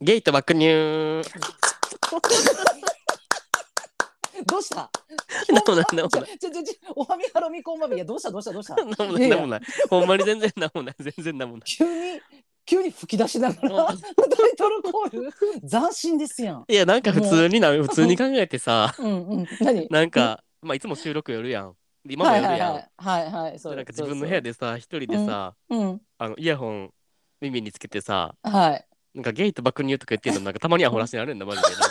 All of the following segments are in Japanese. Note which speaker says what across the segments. Speaker 1: ゲイと爆 乳。ど
Speaker 2: ど うした
Speaker 1: うもない、なんもない。
Speaker 2: ちょちょちょ、おはみはろみこんばみ。いや、どうしたどうした どうした
Speaker 1: なんもない、なんもない。ほんまに全然なんもない、全然なんもない。
Speaker 2: 急に、急に吹き出しながら、タイトルコール斬新ですやん。
Speaker 1: いや、なんか普通にな、普通に考えて さ、
Speaker 2: うんうん。何
Speaker 1: なんか、まあ、いつも収録夜やん。で今も夜やん。で
Speaker 2: はいはいはい。はいはい。そう
Speaker 1: なんか自分の部屋
Speaker 2: で
Speaker 1: でさ、一人でさ、
Speaker 2: す。うん。
Speaker 1: あの、イヤホン耳につけてさ、
Speaker 2: はい。
Speaker 1: なんかゲイと爆乳とか言ってんの、なんかたまにアホらしになるんだ、マジで。 なんか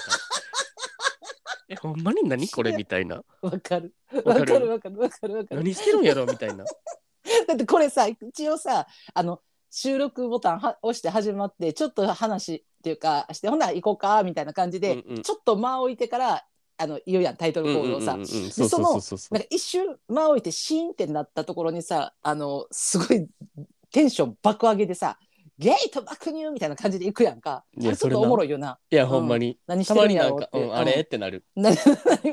Speaker 1: え、ほんまに何これみたいな。
Speaker 2: わかる。
Speaker 1: わか
Speaker 2: わ
Speaker 1: る
Speaker 2: かるわかるわかるわかる。
Speaker 1: 何してるんやろみたいな。
Speaker 2: だってこれさ、一応さ、あの、収録ボタンは押して始まって、ちょっと話っていうか、して、ほんなら行こうか、みたいな感じ
Speaker 1: う
Speaker 2: で、
Speaker 1: んうん
Speaker 2: ちょっと間を置いてから、あの、言うやん、タイトルコールをさ。
Speaker 1: うんうんうんうんそうそうそうそうそう
Speaker 2: なんか一瞬間を置いてシーンってなったところにさあのすごいテンション爆上げでさゲイと爆乳みたいな感じでいくやんか
Speaker 1: いや
Speaker 2: あれちょ
Speaker 1: そ
Speaker 2: っ
Speaker 1: れ
Speaker 2: と
Speaker 1: な
Speaker 2: おもろいよな
Speaker 1: いうや、
Speaker 2: ん
Speaker 1: ほんまに。
Speaker 2: 何したて
Speaker 1: ま
Speaker 2: るん
Speaker 1: に
Speaker 2: や
Speaker 1: なん
Speaker 2: ろう
Speaker 1: か
Speaker 2: っ、
Speaker 1: う
Speaker 2: て、
Speaker 1: ん、あれってなる。
Speaker 2: うんな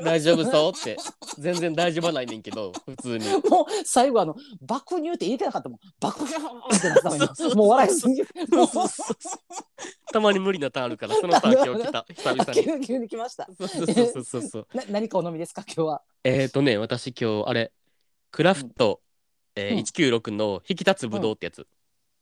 Speaker 1: 大丈夫そうって。全然大丈夫はないねんけど、普通に。
Speaker 2: もう最後あの爆乳って言いてなかったもん爆乳ってなったもん
Speaker 1: そうそうそ
Speaker 2: 今
Speaker 1: う
Speaker 2: もう笑いすぎも
Speaker 1: そううそうそうそうたまに無理なターンある から、そのターン今日来た、久々
Speaker 2: あ
Speaker 1: に。
Speaker 2: 急急に来ました
Speaker 1: そうそうそうそうそう。
Speaker 2: な何かお飲みですか今日は
Speaker 1: えーとね、私今日、あれ、クラフト、えー
Speaker 2: うん
Speaker 1: 196の引き立つぶどうってやつ。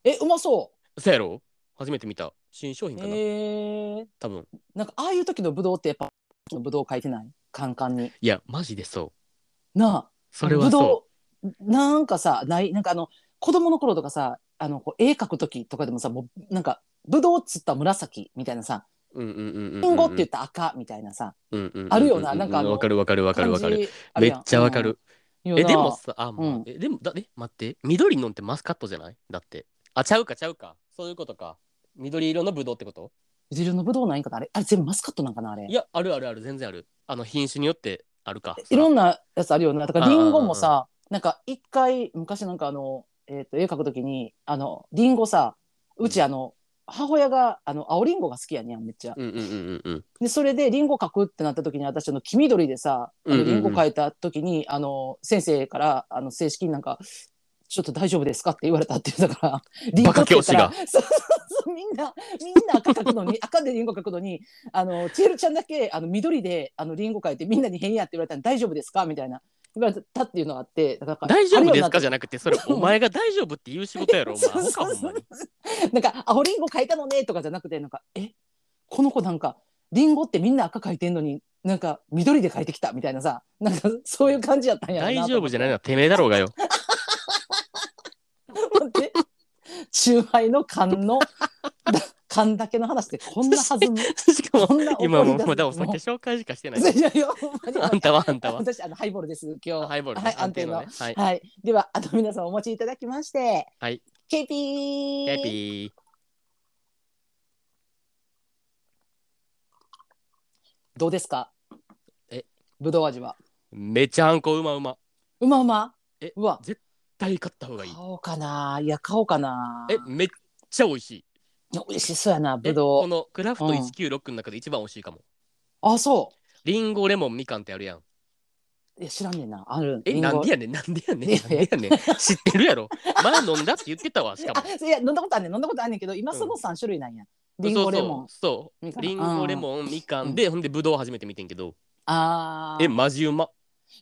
Speaker 2: えうまそ
Speaker 1: そうやろ初めて見た。新商
Speaker 2: う
Speaker 1: 品かな、
Speaker 2: えー、
Speaker 1: 多分。なん
Speaker 2: なんかああいう時のブドウってやっぱ ブドウ書いてないカンカンに
Speaker 1: いや、マジでそう。
Speaker 2: なあ
Speaker 1: それはそ
Speaker 2: ぶどうなんかさないなんかあの子供の頃とかさあのこう絵描く時とかでもさもうなんかぶどうっつったら紫みたいなさ
Speaker 1: う。うんうんうんうんうん。
Speaker 2: りんごって言ったら赤みたいなさ
Speaker 1: うんうんうんうん。
Speaker 2: あるよななんかあの
Speaker 1: わかるわかるわかるわかる。
Speaker 2: 感じある
Speaker 1: めっ
Speaker 2: やん
Speaker 1: ちゃわかる。
Speaker 2: うん
Speaker 1: え、で
Speaker 2: よ
Speaker 1: も
Speaker 2: な
Speaker 1: さ、あ、まあ
Speaker 2: うん
Speaker 1: え、でも、だ、え、待って、緑のんってマスカットじゃないだって。あ、ちゃうかちゃうか。そういうことか。緑色のブドウってこと
Speaker 2: 自分のぶどうないんかなあれあれ全部マスカットなんかなあれ
Speaker 1: いや、あるあるある、全然ある。あの、品種によってあるか。
Speaker 2: いろ
Speaker 1: なん
Speaker 2: なやつあるよなだからりんごも
Speaker 1: うん
Speaker 2: さなんか一回昔なんかあの、えー、と絵描く時にあのりんごさうちあの、母親があの青りんごが好きやねんめっちゃ
Speaker 1: うんうんうんうんうん。
Speaker 2: でそれでリンゴ描くってなった時に私あの黄緑でさあ
Speaker 1: うんうん
Speaker 2: の
Speaker 1: うん
Speaker 2: リンゴ描いた時に、あの先生からあの正式になんか「ちょっと大丈夫ですか?」って言われたって言う だからリンゴ
Speaker 1: バカ教師が
Speaker 2: って言ったらそうそうそうみんなみんな赤描くのに 赤でリンゴ描くのにあのチエルちゃんだけあの緑であのリンゴ描いてみんなに変やって言われたら「大丈夫ですか?」みたいな言われたっていうのがあってだから
Speaker 1: 大丈夫ですかじ
Speaker 2: ゃ
Speaker 1: ゃなくて、それ、お前が大丈夫って言う仕事やろ、お前。
Speaker 2: そうそ
Speaker 1: アホ
Speaker 2: う
Speaker 1: かほんまに
Speaker 2: なんか「青リンゴ描いたのね」とかじゃなくてなんか「えこの子なんかリンゴってみんな赤描いてんのになんか緑で描いてきた」みたいなさなんかそういう感じやったんやろ
Speaker 1: 大
Speaker 2: な
Speaker 1: 丈夫じゃないの
Speaker 2: な
Speaker 1: はてめえだろう がよ。
Speaker 2: って中杯の缶のだ缶だけの話でこんなはずむ
Speaker 1: しかも、
Speaker 2: こんな怒 り出す
Speaker 1: 今もまだお酒紹介しかしてない。
Speaker 2: いやいやほんまに
Speaker 1: あんたはあんたは。
Speaker 2: 私あのハイボールです今日
Speaker 1: ハイボール
Speaker 2: は
Speaker 1: ね
Speaker 2: い。
Speaker 1: 安
Speaker 2: 安定
Speaker 1: 定
Speaker 2: の
Speaker 1: のね。はい。
Speaker 2: はいではあと皆さんお持ちいただきまして
Speaker 1: はい
Speaker 2: ケイピー
Speaker 1: ハッピ
Speaker 2: どうですか
Speaker 1: え
Speaker 2: ぶどう味は
Speaker 1: ー。めちゃんこうまうま。
Speaker 2: うまうま
Speaker 1: え
Speaker 2: うわ
Speaker 1: 絶対買った方がいい
Speaker 2: 買。おうかないや買おうかな
Speaker 1: え、めっちゃ美味しい。
Speaker 2: いや美味しそうやな
Speaker 1: え
Speaker 2: ぶど
Speaker 1: こ
Speaker 2: う
Speaker 1: のクラフト
Speaker 2: うん
Speaker 1: 196の中で一番美味しいかも。
Speaker 2: あそ
Speaker 1: リンゴレモンみかんってあるやん。
Speaker 2: ういや知らんねんなある
Speaker 1: え、
Speaker 2: リン
Speaker 1: な
Speaker 2: ゴ
Speaker 1: んでやねん、なんでやねん、
Speaker 2: いや
Speaker 1: なんでやねん。知ってるやろ。前飲んだって言ってたわ、しかも
Speaker 2: あ。いや飲んだことあんねん飲んだことあんねんけど今その三種類なんや、リンゴレモン
Speaker 1: そうそう
Speaker 2: み
Speaker 1: そ
Speaker 2: か
Speaker 1: う。
Speaker 2: ん
Speaker 1: リンゴレモンみかんで、ほんでぶどう初めて見てんけど。
Speaker 2: あー
Speaker 1: え、マジうま。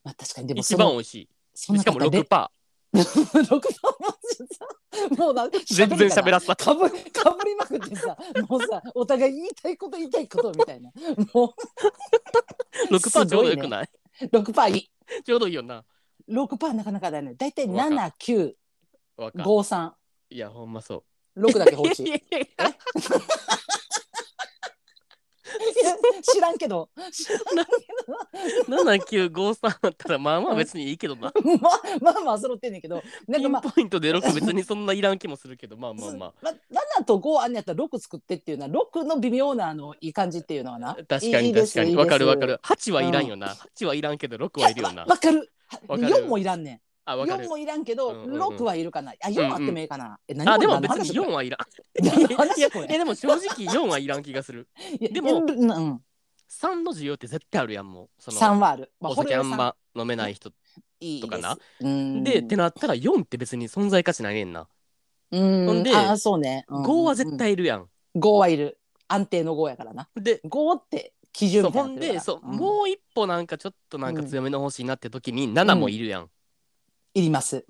Speaker 2: まあ確かにでも
Speaker 1: 一
Speaker 2: そ
Speaker 1: 番
Speaker 2: の
Speaker 1: 美味し
Speaker 2: そん
Speaker 1: い。
Speaker 2: な
Speaker 1: しかも
Speaker 2: 方
Speaker 1: 6
Speaker 2: で
Speaker 1: パ
Speaker 2: 六番もうなんか
Speaker 1: ー。全然喋らさ。
Speaker 2: かぶかぶりまくってさもうさお互い言いたいこと言いたいことみたいなも
Speaker 1: 6パーちょうどよくない
Speaker 2: う六パーいい
Speaker 1: ちょうどいいよな。
Speaker 2: 六パーなかなかだねだいたい
Speaker 1: わかる
Speaker 2: 七九
Speaker 1: わか
Speaker 2: 五三
Speaker 1: いや、ほんまそう。
Speaker 2: 六だけ放置
Speaker 1: い
Speaker 2: い
Speaker 1: や
Speaker 2: や
Speaker 1: いやい
Speaker 2: 知らんけど知らん
Speaker 1: や7953だったらまあまあ別にいいけどな。
Speaker 2: まあまあまあ揃ってんねんけどなん
Speaker 1: ピ
Speaker 2: か
Speaker 1: ン
Speaker 2: まあ
Speaker 1: ポイントで6別にそんないらん気もするけどまあまあまあ。
Speaker 2: ま7と5あんねやったら6作ってっていうのは6の微妙なあのいい感じっていうのはな
Speaker 1: 確か
Speaker 2: い
Speaker 1: に
Speaker 2: いで
Speaker 1: 確
Speaker 2: す
Speaker 1: か
Speaker 2: い
Speaker 1: に
Speaker 2: いです
Speaker 1: わかるわかる8はいらんよな8はいらんけど6はいるよ
Speaker 2: いや
Speaker 1: な
Speaker 2: わわかる
Speaker 1: わかる
Speaker 2: 4もいらんね
Speaker 1: あ
Speaker 2: ん
Speaker 1: わかる
Speaker 2: 4もいらんけど、
Speaker 1: うんうんうん
Speaker 2: 6はいるかなあ4あってもいいかな、え何
Speaker 1: あで
Speaker 2: これ
Speaker 1: も別に4
Speaker 2: 何の話
Speaker 1: はいらんい
Speaker 2: 何の
Speaker 1: やいや
Speaker 2: 話これ
Speaker 1: いやでも正直4はいらん気がする
Speaker 2: いや
Speaker 1: でも
Speaker 2: うんうん、
Speaker 1: 3の需要って絶対あるやんもうその
Speaker 2: 3はある、ま
Speaker 1: お酒あん
Speaker 2: ホルモン
Speaker 1: ま飲めない人
Speaker 2: さんいい
Speaker 1: とかな
Speaker 2: ですうん
Speaker 1: でってなったら4って別に存在価値ないねんな
Speaker 2: うん
Speaker 1: ほんで
Speaker 2: あーそうね、うん
Speaker 1: 5は絶対いるやん
Speaker 2: 5はいる安定の5やからな
Speaker 1: で
Speaker 2: 5って基準
Speaker 1: そう
Speaker 2: みたい
Speaker 1: ほ
Speaker 2: に
Speaker 1: ん
Speaker 2: なってる
Speaker 1: で
Speaker 2: から
Speaker 1: そう、
Speaker 2: ん
Speaker 1: もう一歩なんかちょっとなんか強めの欲しいなって時に7もいるやん、
Speaker 2: いります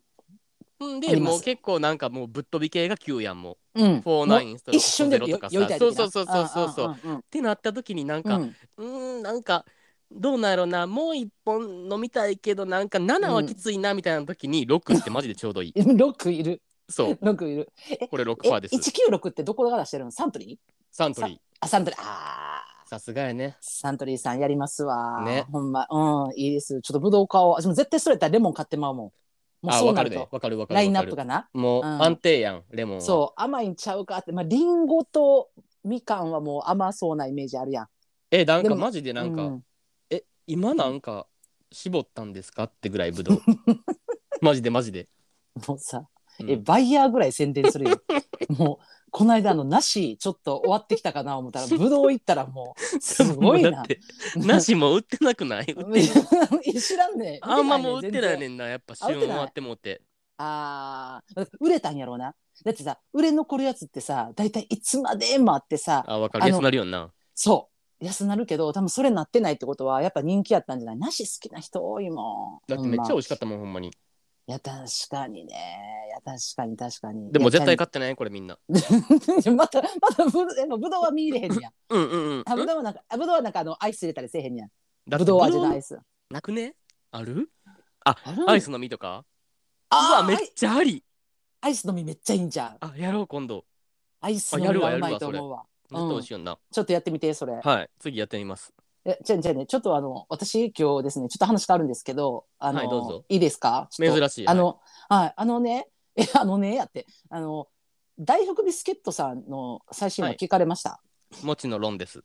Speaker 1: ほん
Speaker 2: あ
Speaker 1: で
Speaker 2: ります
Speaker 1: もう結構なんかもうぶっ飛び系が9やんもう
Speaker 2: うんもう
Speaker 1: 49ストローク
Speaker 2: 一瞬で
Speaker 1: 0
Speaker 2: よ
Speaker 1: とか
Speaker 2: 酔いた
Speaker 1: さ
Speaker 2: い
Speaker 1: そ
Speaker 2: 時
Speaker 1: う
Speaker 2: な
Speaker 1: そうそうそうそうそうっ
Speaker 2: うんうん
Speaker 1: てなった時になん
Speaker 2: うんう
Speaker 1: か
Speaker 2: ん
Speaker 1: うーんなんかどうなんやろなもう一本飲みたいけどなんか7はきついなみたいな時 に6ってマジでちょうどいい
Speaker 2: ロックいる
Speaker 1: そう
Speaker 2: ロックいる
Speaker 1: これ6
Speaker 2: え
Speaker 1: パーです
Speaker 2: 196ってどこが出してるのサントリー
Speaker 1: サントリー
Speaker 2: あサントリーあー
Speaker 1: さすがやね
Speaker 2: サントリーさんやりますわ。
Speaker 1: ね
Speaker 2: ほんま。うん、いいです。ちょっとブドウ買おう。私も絶対それやったらレモン買ってまうもん。もう
Speaker 1: あ
Speaker 2: そう
Speaker 1: わ
Speaker 2: な
Speaker 1: かる
Speaker 2: ると。
Speaker 1: ねわかるわかる
Speaker 2: ラインナ
Speaker 1: わか
Speaker 2: ップ
Speaker 1: る
Speaker 2: がな。
Speaker 1: もう
Speaker 2: うん
Speaker 1: 安定やんレモンは
Speaker 2: そう、甘いんちゃうかって。まあ、リンゴとみかんはもう甘そうなイメージあるやん。
Speaker 1: えなん
Speaker 2: で
Speaker 1: か
Speaker 2: も
Speaker 1: マジでなんか、
Speaker 2: うん
Speaker 1: え今なんか絞ったんですかってぐらいぶど うマジでマジで、
Speaker 2: もうさ、
Speaker 1: うん
Speaker 2: え、バイヤーぐらい宣伝す るよ。もう、この間あの、なし、ちょっと終わってきたかな思ったら、ブドウ行ったら もう、すごい
Speaker 1: だ
Speaker 2: な
Speaker 1: っ。てなしも売ってなくない売ってる
Speaker 2: 知らんね
Speaker 1: あんまもう売ってない
Speaker 2: ん
Speaker 1: ねんなやっぱ
Speaker 2: あ売っ
Speaker 1: 旬
Speaker 2: てない
Speaker 1: 終わってもうて
Speaker 2: ああ、売れたんやろうな。だってさ、売れ残るやつってさ、だいたいいつまでもあってさ、
Speaker 1: あわかる
Speaker 2: あの
Speaker 1: 安なるよんな
Speaker 2: そう、安なるけど、多分それなってないってことは、やっぱ人気やったんじゃないなし好きな人多いもん。
Speaker 1: だってめっちゃ美
Speaker 2: ほんま
Speaker 1: 味しかったもんほんまに
Speaker 2: いや、確かにね。いや、確かに確かに。
Speaker 1: でも絶対
Speaker 2: 買
Speaker 1: 買ってないこれみんな
Speaker 2: って。 また、またぶ、やっぱぶどうは見入れへんねや。
Speaker 1: うんうんうん
Speaker 2: あぶどうはなんか、あぶどうはなんかあの、アイス入れたりせえへんね
Speaker 1: だ
Speaker 2: や。
Speaker 1: って
Speaker 2: ぶどう味のアイス。
Speaker 1: なくねある
Speaker 2: ある
Speaker 1: アイスの実とかうわ
Speaker 2: あ
Speaker 1: め
Speaker 2: ー
Speaker 1: っちゃあり
Speaker 2: アイスの実めっちゃいいんじゃん。
Speaker 1: あやろう今度
Speaker 2: アイス
Speaker 1: あ
Speaker 2: の
Speaker 1: や
Speaker 2: 実
Speaker 1: るわ
Speaker 2: は
Speaker 1: や
Speaker 2: う
Speaker 1: るわ
Speaker 2: まいと思うわ。
Speaker 1: 絶対美味しいよんな、
Speaker 2: ちょっとやってみて、それ。
Speaker 1: はい次やってみます
Speaker 2: えじゃあじゃあね、ちょっとあの、私今日ですね、ちょっと話変わるんですけど、あの、
Speaker 1: はいどうぞ
Speaker 2: いいですかちょっと
Speaker 1: 珍しい
Speaker 2: あの、はい、あのね、え、あのね、やって、あの、大福ビスケットさんの最新話
Speaker 1: はい
Speaker 2: 聞かれました。
Speaker 1: もちの論です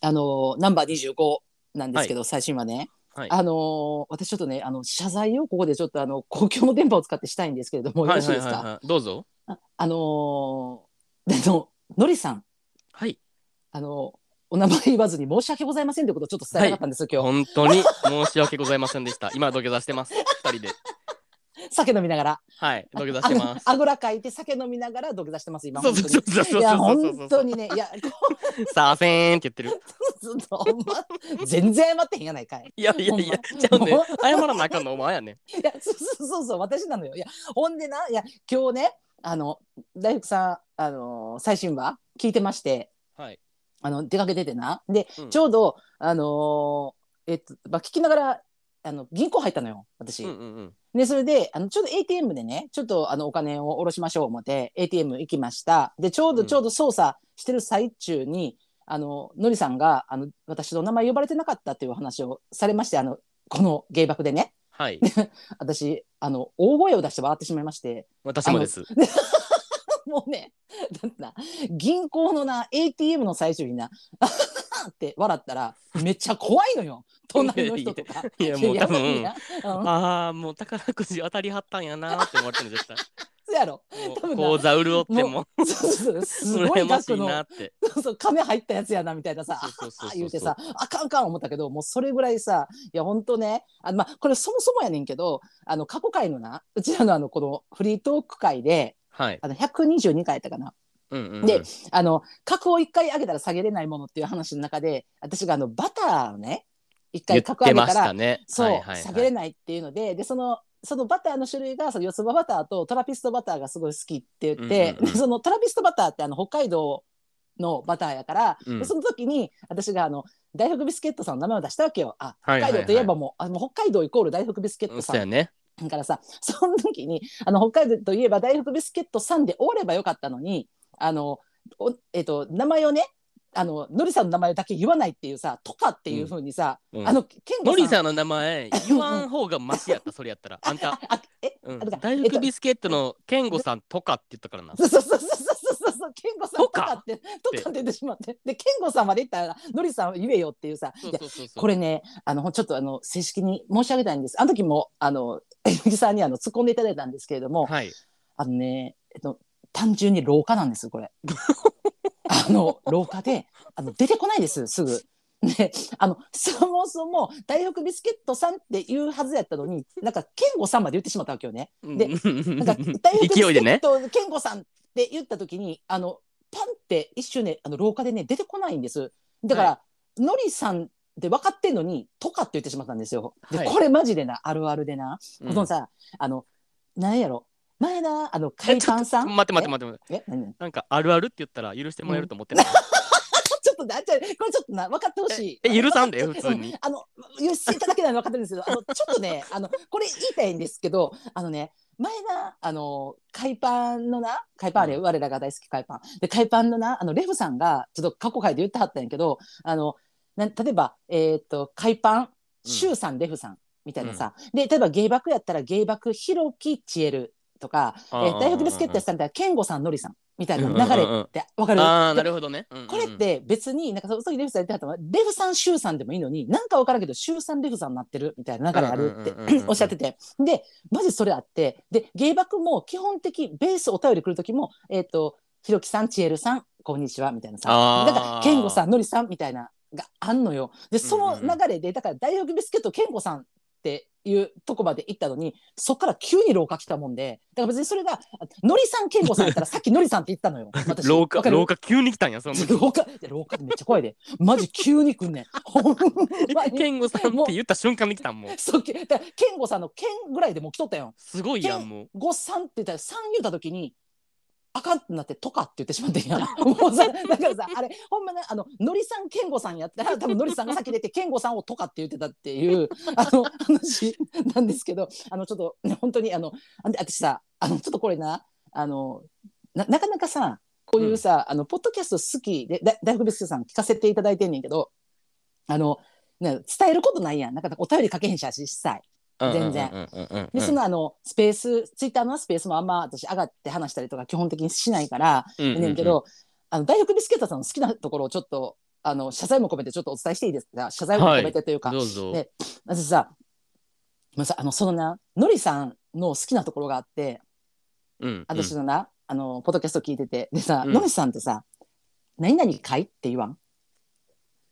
Speaker 2: あの、ナンバー25なんですけど、最新話ね。
Speaker 1: はい
Speaker 2: あの、私ちょっとね、あの、謝罪をここでちょっとあの、公共の電波を使ってしたいんですけれども、よろしいですか
Speaker 1: いどうぞ
Speaker 2: ああのー、での、のりさん、
Speaker 1: はい
Speaker 2: あの、お名前言わずに申し訳ございませんということをちょっと伝えなかったんですよ、今
Speaker 1: 本
Speaker 2: 日。
Speaker 1: 当に申し訳ございませんでした。今土下座してます。二人で。
Speaker 2: 酒飲みながら。
Speaker 1: はい、土下座してます。
Speaker 2: あぐあぐらかいて酒飲みながら土下座してます今
Speaker 1: そうそうそうそうそうそうそうそう
Speaker 2: いや本当にねいや
Speaker 1: さあせーんって言ってる。
Speaker 2: こんほんま全然謝ってへんやないかい
Speaker 1: いやいやいや、
Speaker 2: ほんま
Speaker 1: ちゃうね
Speaker 2: もう。
Speaker 1: 謝らなあかんのお前やね。
Speaker 2: いやそうそうそうそう私なのよいやほんでないや今日ねあの大福さんあの最新話聞いてまして
Speaker 1: はい。
Speaker 2: あの出かけててなで、
Speaker 1: うん
Speaker 2: ちょうどあのえっと、まあ、聞きながらあの銀行入ったのよ私、
Speaker 1: うんうんうん。
Speaker 2: で、それで、あの、ちょうど ATM でね、ちょっとあの、お金を下ろしましょう思って、ATM 行きました。で、ちょう
Speaker 1: う
Speaker 2: ど
Speaker 1: ん
Speaker 2: ちょうど操作してる最中に、あの、のりさんが、あの、私の名前呼ばれてなかったという話をされまして、あの、この芸爆でね、
Speaker 1: はい。
Speaker 2: 私、あの、大声を出して笑ってしまいまして、
Speaker 1: 私もです。
Speaker 2: もうね、だってな、銀行のな、ATM の最中にな、 って笑ったら、めっちゃ怖いのよ、隣の人とか。
Speaker 1: いやもう多分
Speaker 2: やばいなうん
Speaker 1: ああ、もう宝くじ当たりはったんやなーって思われてるの絶対。
Speaker 2: そうやろ。
Speaker 1: も
Speaker 2: 多分
Speaker 1: う
Speaker 2: な
Speaker 1: 口座潤っても、
Speaker 2: そうそうそうすごい
Speaker 1: 羨まし
Speaker 2: 額
Speaker 1: い
Speaker 2: の
Speaker 1: なーって。
Speaker 2: そうそう亀入ったやつやなみたいなさ
Speaker 1: そうそうそうそう
Speaker 2: あ言うてさあかんあかん思ったけどもうそれぐらいさいやほんとねあまあこれそもそもやねんけどあの過去回のなうちらのあのこのフリートーク回で
Speaker 1: はい。
Speaker 2: あの122回やったかな
Speaker 1: うんうんうん。
Speaker 2: であの格を1回上げたら下げれないものっていう話の中で私があのバターをね1
Speaker 1: 言
Speaker 2: 回
Speaker 1: っ
Speaker 2: 格上
Speaker 1: て
Speaker 2: げ
Speaker 1: ま
Speaker 2: た
Speaker 1: し
Speaker 2: ら
Speaker 1: たね。
Speaker 2: そう、
Speaker 1: はいはい
Speaker 2: 下げれ
Speaker 1: はい。
Speaker 2: ないっていうのででそのそのバターの種類がその四つ葉バターとトラピストバターがすごい好きって言って、
Speaker 1: うんうんうん
Speaker 2: そのトラピストバターってあの北海道のバターやから、
Speaker 1: うん
Speaker 2: でその時に私があの大福ビスケットさんの名前を出したわけよ。あ
Speaker 1: はい
Speaker 2: 北
Speaker 1: はいはい
Speaker 2: 海道といえばもう,、あもう北海道イコール大福ビスケッ
Speaker 1: う
Speaker 2: ト
Speaker 1: ん
Speaker 2: さ
Speaker 1: そうや
Speaker 2: ん
Speaker 1: ね。
Speaker 2: だからさその時にあの北海道といえば大福ビスケットさんで終わればよかったのにあのお、えっと名前をねあののりさんの名前だけ言わないっていうさ「とか」っていうふうにさ、
Speaker 1: うん
Speaker 2: あの健吾
Speaker 1: ノリさんの名前言わん方がマシやった、それやったら。あんた。
Speaker 2: あえ、
Speaker 1: うん
Speaker 2: あだから
Speaker 1: 大
Speaker 2: えっ
Speaker 1: 福
Speaker 2: と
Speaker 1: ビスケットの健吾さんとかって言ったからな。
Speaker 2: そうそうそうそうそうそう健吾さん
Speaker 1: と
Speaker 2: と
Speaker 1: か
Speaker 2: かってとかって出てしまってで健吾さんまで言ったらのりさんは言えよっていうさ
Speaker 1: そう
Speaker 2: いや
Speaker 1: そうそうそう
Speaker 2: これねあのちょっとあの正式に申し上げたいんですあの時もあのえゆきさんにあの突っ込んでいただいたんですけれども、
Speaker 1: はい。
Speaker 2: あのねえっと単純に老化なんですこ れあの老化であの出てこないですすぐ。ね、あのそもそも大福ビスケットさんって言うはずやったのになんか健吾さんまで言ってしまったわけよね。で
Speaker 1: うん
Speaker 2: なんか大福ビ
Speaker 1: 勢い
Speaker 2: スケ
Speaker 1: でね
Speaker 2: ッ。ト健吾さんって言った時にあのパンって一瞬ねあの廊下でね出てこないんですだから、のりさんで分かってんのに「とか」って言ってしまったんですよ。で
Speaker 1: はい
Speaker 2: これマジでなあるあるでな、
Speaker 1: うん
Speaker 2: お父さんあのなんやろ前なあの海パンさ
Speaker 1: えち
Speaker 2: ん
Speaker 1: ょっと待って待って待って待って。
Speaker 2: ええ何
Speaker 1: なんかあるあるって言ったら許してもらえると思ってない。
Speaker 2: ちょっとな、じゃあこれちょっとな、分かってほしい。
Speaker 1: ええ許さんで普通に
Speaker 2: うん。あの、許していただけないの分かってるんですけど、あの、ちょっ とね、あの、これ言いたいんですけど、あのね、前な、あの、海パンのな、海パンあれ、
Speaker 1: うん
Speaker 2: 我らが大好き海パン。で、海パンのな、あの、レフさんが、ちょっと過去回で言ってはったんやけど、あの、なん例えば、えーっと、海パン、
Speaker 1: うん
Speaker 2: シュウさん、レフさん、みたいなさ、で、例えば芸爆やったら芸爆、ひろき、ちえるとか、え
Speaker 1: あー
Speaker 2: ー大福ビスケットやったら、ケンゴさん、のりさん、みたいな流
Speaker 1: うんうんうんう
Speaker 2: れ
Speaker 1: ん
Speaker 2: って、わかる
Speaker 1: ああ、なるほどね。うんうんうん
Speaker 2: これっ。て別になんかその時レフさん言ってはったのはレフさん週さんでもいいのになんか分からんけど週さんレフさんになってるみたいな流れあるって
Speaker 1: うんうんうんうんうん
Speaker 2: おっしゃっててでマジそれあってで芸爆も基本的ベースお便り来る時もえっ、とひろきさんちえるさんこんにちはみたいなさ
Speaker 1: あー
Speaker 2: だから健吾さんのりさんみたいながあんのよでその
Speaker 1: うんうん
Speaker 2: 流れでだから大学ビスケット健吾さんっていうとこまで行ったのにそっから急に廊下来たもんでだから別にそれがのりさん健吾さんだったらさっきのりさんって言ったのよ私
Speaker 1: 廊
Speaker 2: わ
Speaker 1: 下、
Speaker 2: かる
Speaker 1: 廊下急に来たんや、その 時。
Speaker 2: 廊下いや廊下ってめっちゃ怖いでマジ急に来んねんほんま に
Speaker 1: 健吾さんって言った瞬間に来たんもう。
Speaker 2: そうけだから健吾さんの「健」ぐらいでもう来とったやん
Speaker 1: すごいやん、もう。
Speaker 2: 「ごさん」って言ったら「さん」言った時に「あかん」ってなって「とか」って言ってしまってんやんもうさだからさあれほんまねあののりさん健吾さんやったら多分のりさんが先出て健吾さんを「とか」って言ってたっていうあの話なんですけどあのちょっとね本当にあのあで私さあのちょっとこれなあのななかなかさこういうさ、あのポッドキャスト好きでだ大福ビスケさん聞かせていただいてんねんけどあの、ね、伝えることないやんなんかお便りかけへんし私さ全然
Speaker 1: うんうんうんうん
Speaker 2: でそのあのスペースツイッターのスペースもあんま私上がって話したりとか基本的にしないから
Speaker 1: うんうん
Speaker 2: ねんけど、あの大福ビスケットさんの好きなところをちょっとあの謝罪も込めてちょっとお伝えしていいですか謝罪も込めてというか、
Speaker 1: どうぞ。
Speaker 2: ね私さまずさあのそのなのりさんの好きなところがあって
Speaker 1: うん。
Speaker 2: 私のな、あのポッドキャスト聞いててでさ、
Speaker 1: うん
Speaker 2: のりさんってさ「何々かい?」って言わん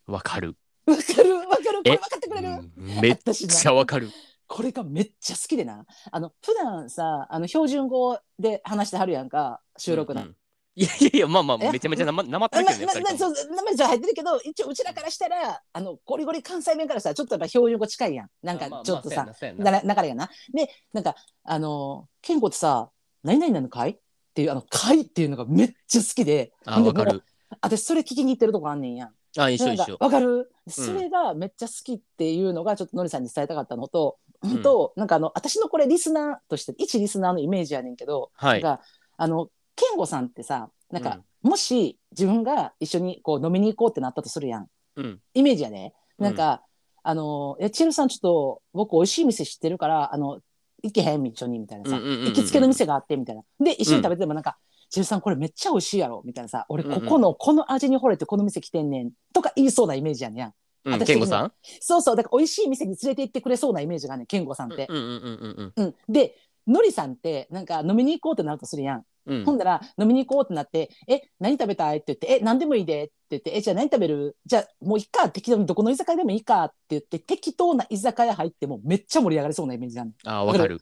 Speaker 1: うんわかる。
Speaker 2: わかるわかるこ
Speaker 1: え
Speaker 2: れ分かってくれる、
Speaker 1: うんめっ
Speaker 2: 私な
Speaker 1: ちゃわかる。
Speaker 2: これがめっちゃ好きでなあの普段さあの標準語で話してはるやんか収録の、
Speaker 1: うんうんいやいやいや、まあまあ、
Speaker 2: え
Speaker 1: めちゃめちゃなまなまって
Speaker 2: ま
Speaker 1: るけどね
Speaker 2: ま
Speaker 1: 二人
Speaker 2: ま
Speaker 1: と
Speaker 2: そ
Speaker 1: も。
Speaker 2: う生じゃ入ってるけど一応うちらからしたらあのゴリゴリ関西弁からしたらちょっとやっぱ標準語近いやんなんかちょっとさ、
Speaker 1: まあまあそうやなそうやな
Speaker 2: なら流れがな。で、なんか、あのー、健吾ってさ、何々なのかいっていう、あの、かいっていうのがめっちゃ好きで。
Speaker 1: あ、わか
Speaker 2: もう。
Speaker 1: る。
Speaker 2: 私、それ聞きに行ってるとこあんねんやん。
Speaker 1: あ、一緒
Speaker 2: なんか
Speaker 1: 一緒。
Speaker 2: わかるそれがめっちゃ好きっていうのが、ちょっとのりさんに伝えたかったのと、
Speaker 1: ん
Speaker 2: と、なんかあの、私のこれリスナーとして、一リスナーのイメージやねんけど、
Speaker 1: はい。
Speaker 2: なんか、あの、健吾さんってさ、なんか、
Speaker 1: うん
Speaker 2: もし自分が一緒にこう飲みに行こうってなったとするやん。
Speaker 1: うん。
Speaker 2: イメージやね。
Speaker 1: うん
Speaker 2: なんか、あの、え、チルさんちょっと、僕美味しい店知ってるから、あの、行けへん一緒にみたいなさ、
Speaker 1: うんうんうんうん
Speaker 2: 行きつけの店があってみたいな。で、一緒に食べてもなんか、チルさんこれめっちゃ美味しいやろみたいなさ、俺
Speaker 1: うんう
Speaker 2: こ
Speaker 1: ん
Speaker 2: この、この味に惚れてこの店来てんねんとか言いそうなイメージやねん。
Speaker 1: うん
Speaker 2: 私
Speaker 1: 健吾さん
Speaker 2: そうそう、だから美味しい店に連れて行ってくれそうなイメージがあんねん、健吾さんって。
Speaker 1: うんうんうんうん
Speaker 2: うん。で、のりさんって、なんか飲みに行こうってなるとするやん。
Speaker 1: うんう
Speaker 2: ほん
Speaker 1: ん。
Speaker 2: だら飲みに行こうってなって「え何食べたい?」って言って「え何でもいいで」って言って「えじゃあ何食べるじゃあもういっか適当にどこの居酒屋でもいいか」って言って適当な居酒屋入ってもめっちゃ盛り上がりそうなイメージなの
Speaker 1: あ、わかる。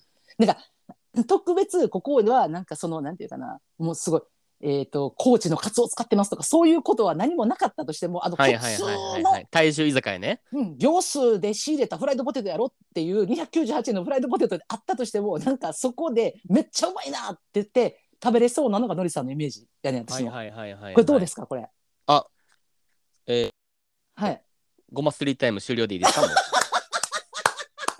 Speaker 2: 特別ここはなんかそのなんていうかなもうすごい。えー、と高知のカツオ使ってますとかそういうことは何もなかったとしてもあの
Speaker 1: は
Speaker 2: 普
Speaker 1: いはい
Speaker 2: 通
Speaker 1: はいはい
Speaker 2: の
Speaker 1: はい。大衆居酒屋ね。
Speaker 2: うん秒数で仕入れたフライドポテトやろっていう298円のフライドポテトであったとしてもなんかそこでめっちゃうまいなって言って食べれそうなのがのりさんのイメージやねん
Speaker 1: は
Speaker 2: 私
Speaker 1: い
Speaker 2: の。
Speaker 1: はいはいはい。
Speaker 2: これどうですすか、これ。
Speaker 1: あえ
Speaker 2: ー、はい。
Speaker 1: ごまスリータイム終了でいいですか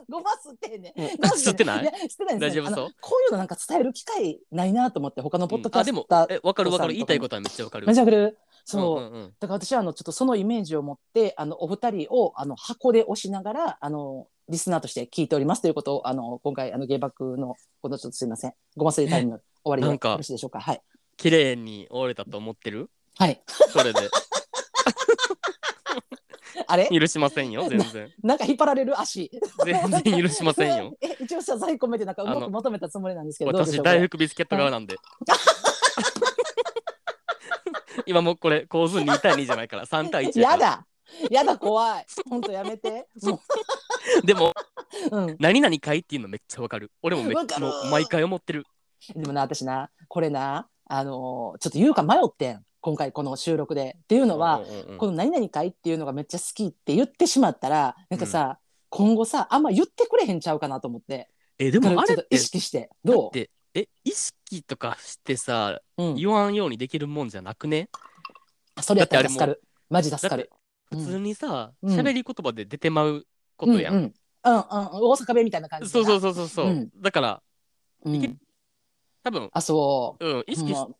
Speaker 1: もう
Speaker 2: ごますってね。
Speaker 1: 吸ってない
Speaker 2: や吸ってないですね。
Speaker 1: 大丈夫そう
Speaker 2: あのこういうのなんか伝える機会ないなと思って、他のポッドキャ
Speaker 1: あ、
Speaker 2: ス
Speaker 1: で
Speaker 2: ト
Speaker 1: も、
Speaker 2: ター、
Speaker 1: え、わかるわか
Speaker 2: お父さんとか
Speaker 1: る。
Speaker 2: も
Speaker 1: 言いたいことはめっちゃわかる。
Speaker 2: めち
Speaker 1: ゃ
Speaker 2: ゃくちゃ。そう、
Speaker 1: うんうん
Speaker 2: だから私はあのちょっとそのイメージを持ってあのお二人をあの箱で押しながらあのリスナーとして聞いておりますということをあの今回あの芸爆のこのちょっとすいませんごますりタイムの終わ
Speaker 1: な
Speaker 2: り
Speaker 1: ん
Speaker 2: で
Speaker 1: か
Speaker 2: よろしいでしょうかはい
Speaker 1: 綺麗に終われたと思ってる
Speaker 2: はい
Speaker 1: それで。
Speaker 2: あれ
Speaker 1: 許しませんよ、全然。
Speaker 2: なんか引っ張られる足。
Speaker 1: 全然許しませんよ
Speaker 2: え一応謝罪込めてなんかうま
Speaker 1: あ
Speaker 2: く
Speaker 1: の
Speaker 2: まとめたつもりなんですけどどうでし
Speaker 1: 私
Speaker 2: ょうか
Speaker 1: 大福ビスケット側なんで。 今もうこれ構図2対2じゃないから3対1
Speaker 2: や
Speaker 1: やから
Speaker 2: だやだ怖い本当やめ ても
Speaker 1: でも
Speaker 2: う、うん、
Speaker 1: 何々かいっていうのめっちゃわかる俺もめっ
Speaker 2: わかる
Speaker 1: もう毎回思ってる
Speaker 2: でもな私なこれなあのーちょっと言うか迷ってん今回この収録で。っていうのは、
Speaker 1: うんうんうん
Speaker 2: この「何々会」っていうのがめっちゃ好きって言ってしまったらなんかさ、今後さあんま言ってくれへんちゃうかなと思って
Speaker 1: えで
Speaker 2: だか
Speaker 1: も
Speaker 2: ら
Speaker 1: あ
Speaker 2: ち
Speaker 1: れっ
Speaker 2: ょっと
Speaker 1: て
Speaker 2: 意識してど
Speaker 1: だ
Speaker 2: う
Speaker 1: ってえ意識とかしてさ
Speaker 2: うん、
Speaker 1: 言わんようにできるもんじゃなくね
Speaker 2: それやった
Speaker 1: だ
Speaker 2: ら
Speaker 1: ってあれも
Speaker 2: 助かるマジ助かる
Speaker 1: 普通にさ
Speaker 2: うん
Speaker 1: 喋、り言葉で出てまうことやん、
Speaker 2: うんうんうんうん、大阪弁みたいな感じ
Speaker 1: そうそう
Speaker 2: そ
Speaker 1: そうそうそう、
Speaker 2: うん
Speaker 1: だから
Speaker 2: う、ん、
Speaker 1: 多分
Speaker 2: あそう
Speaker 1: うん意識し
Speaker 2: も
Speaker 1: そ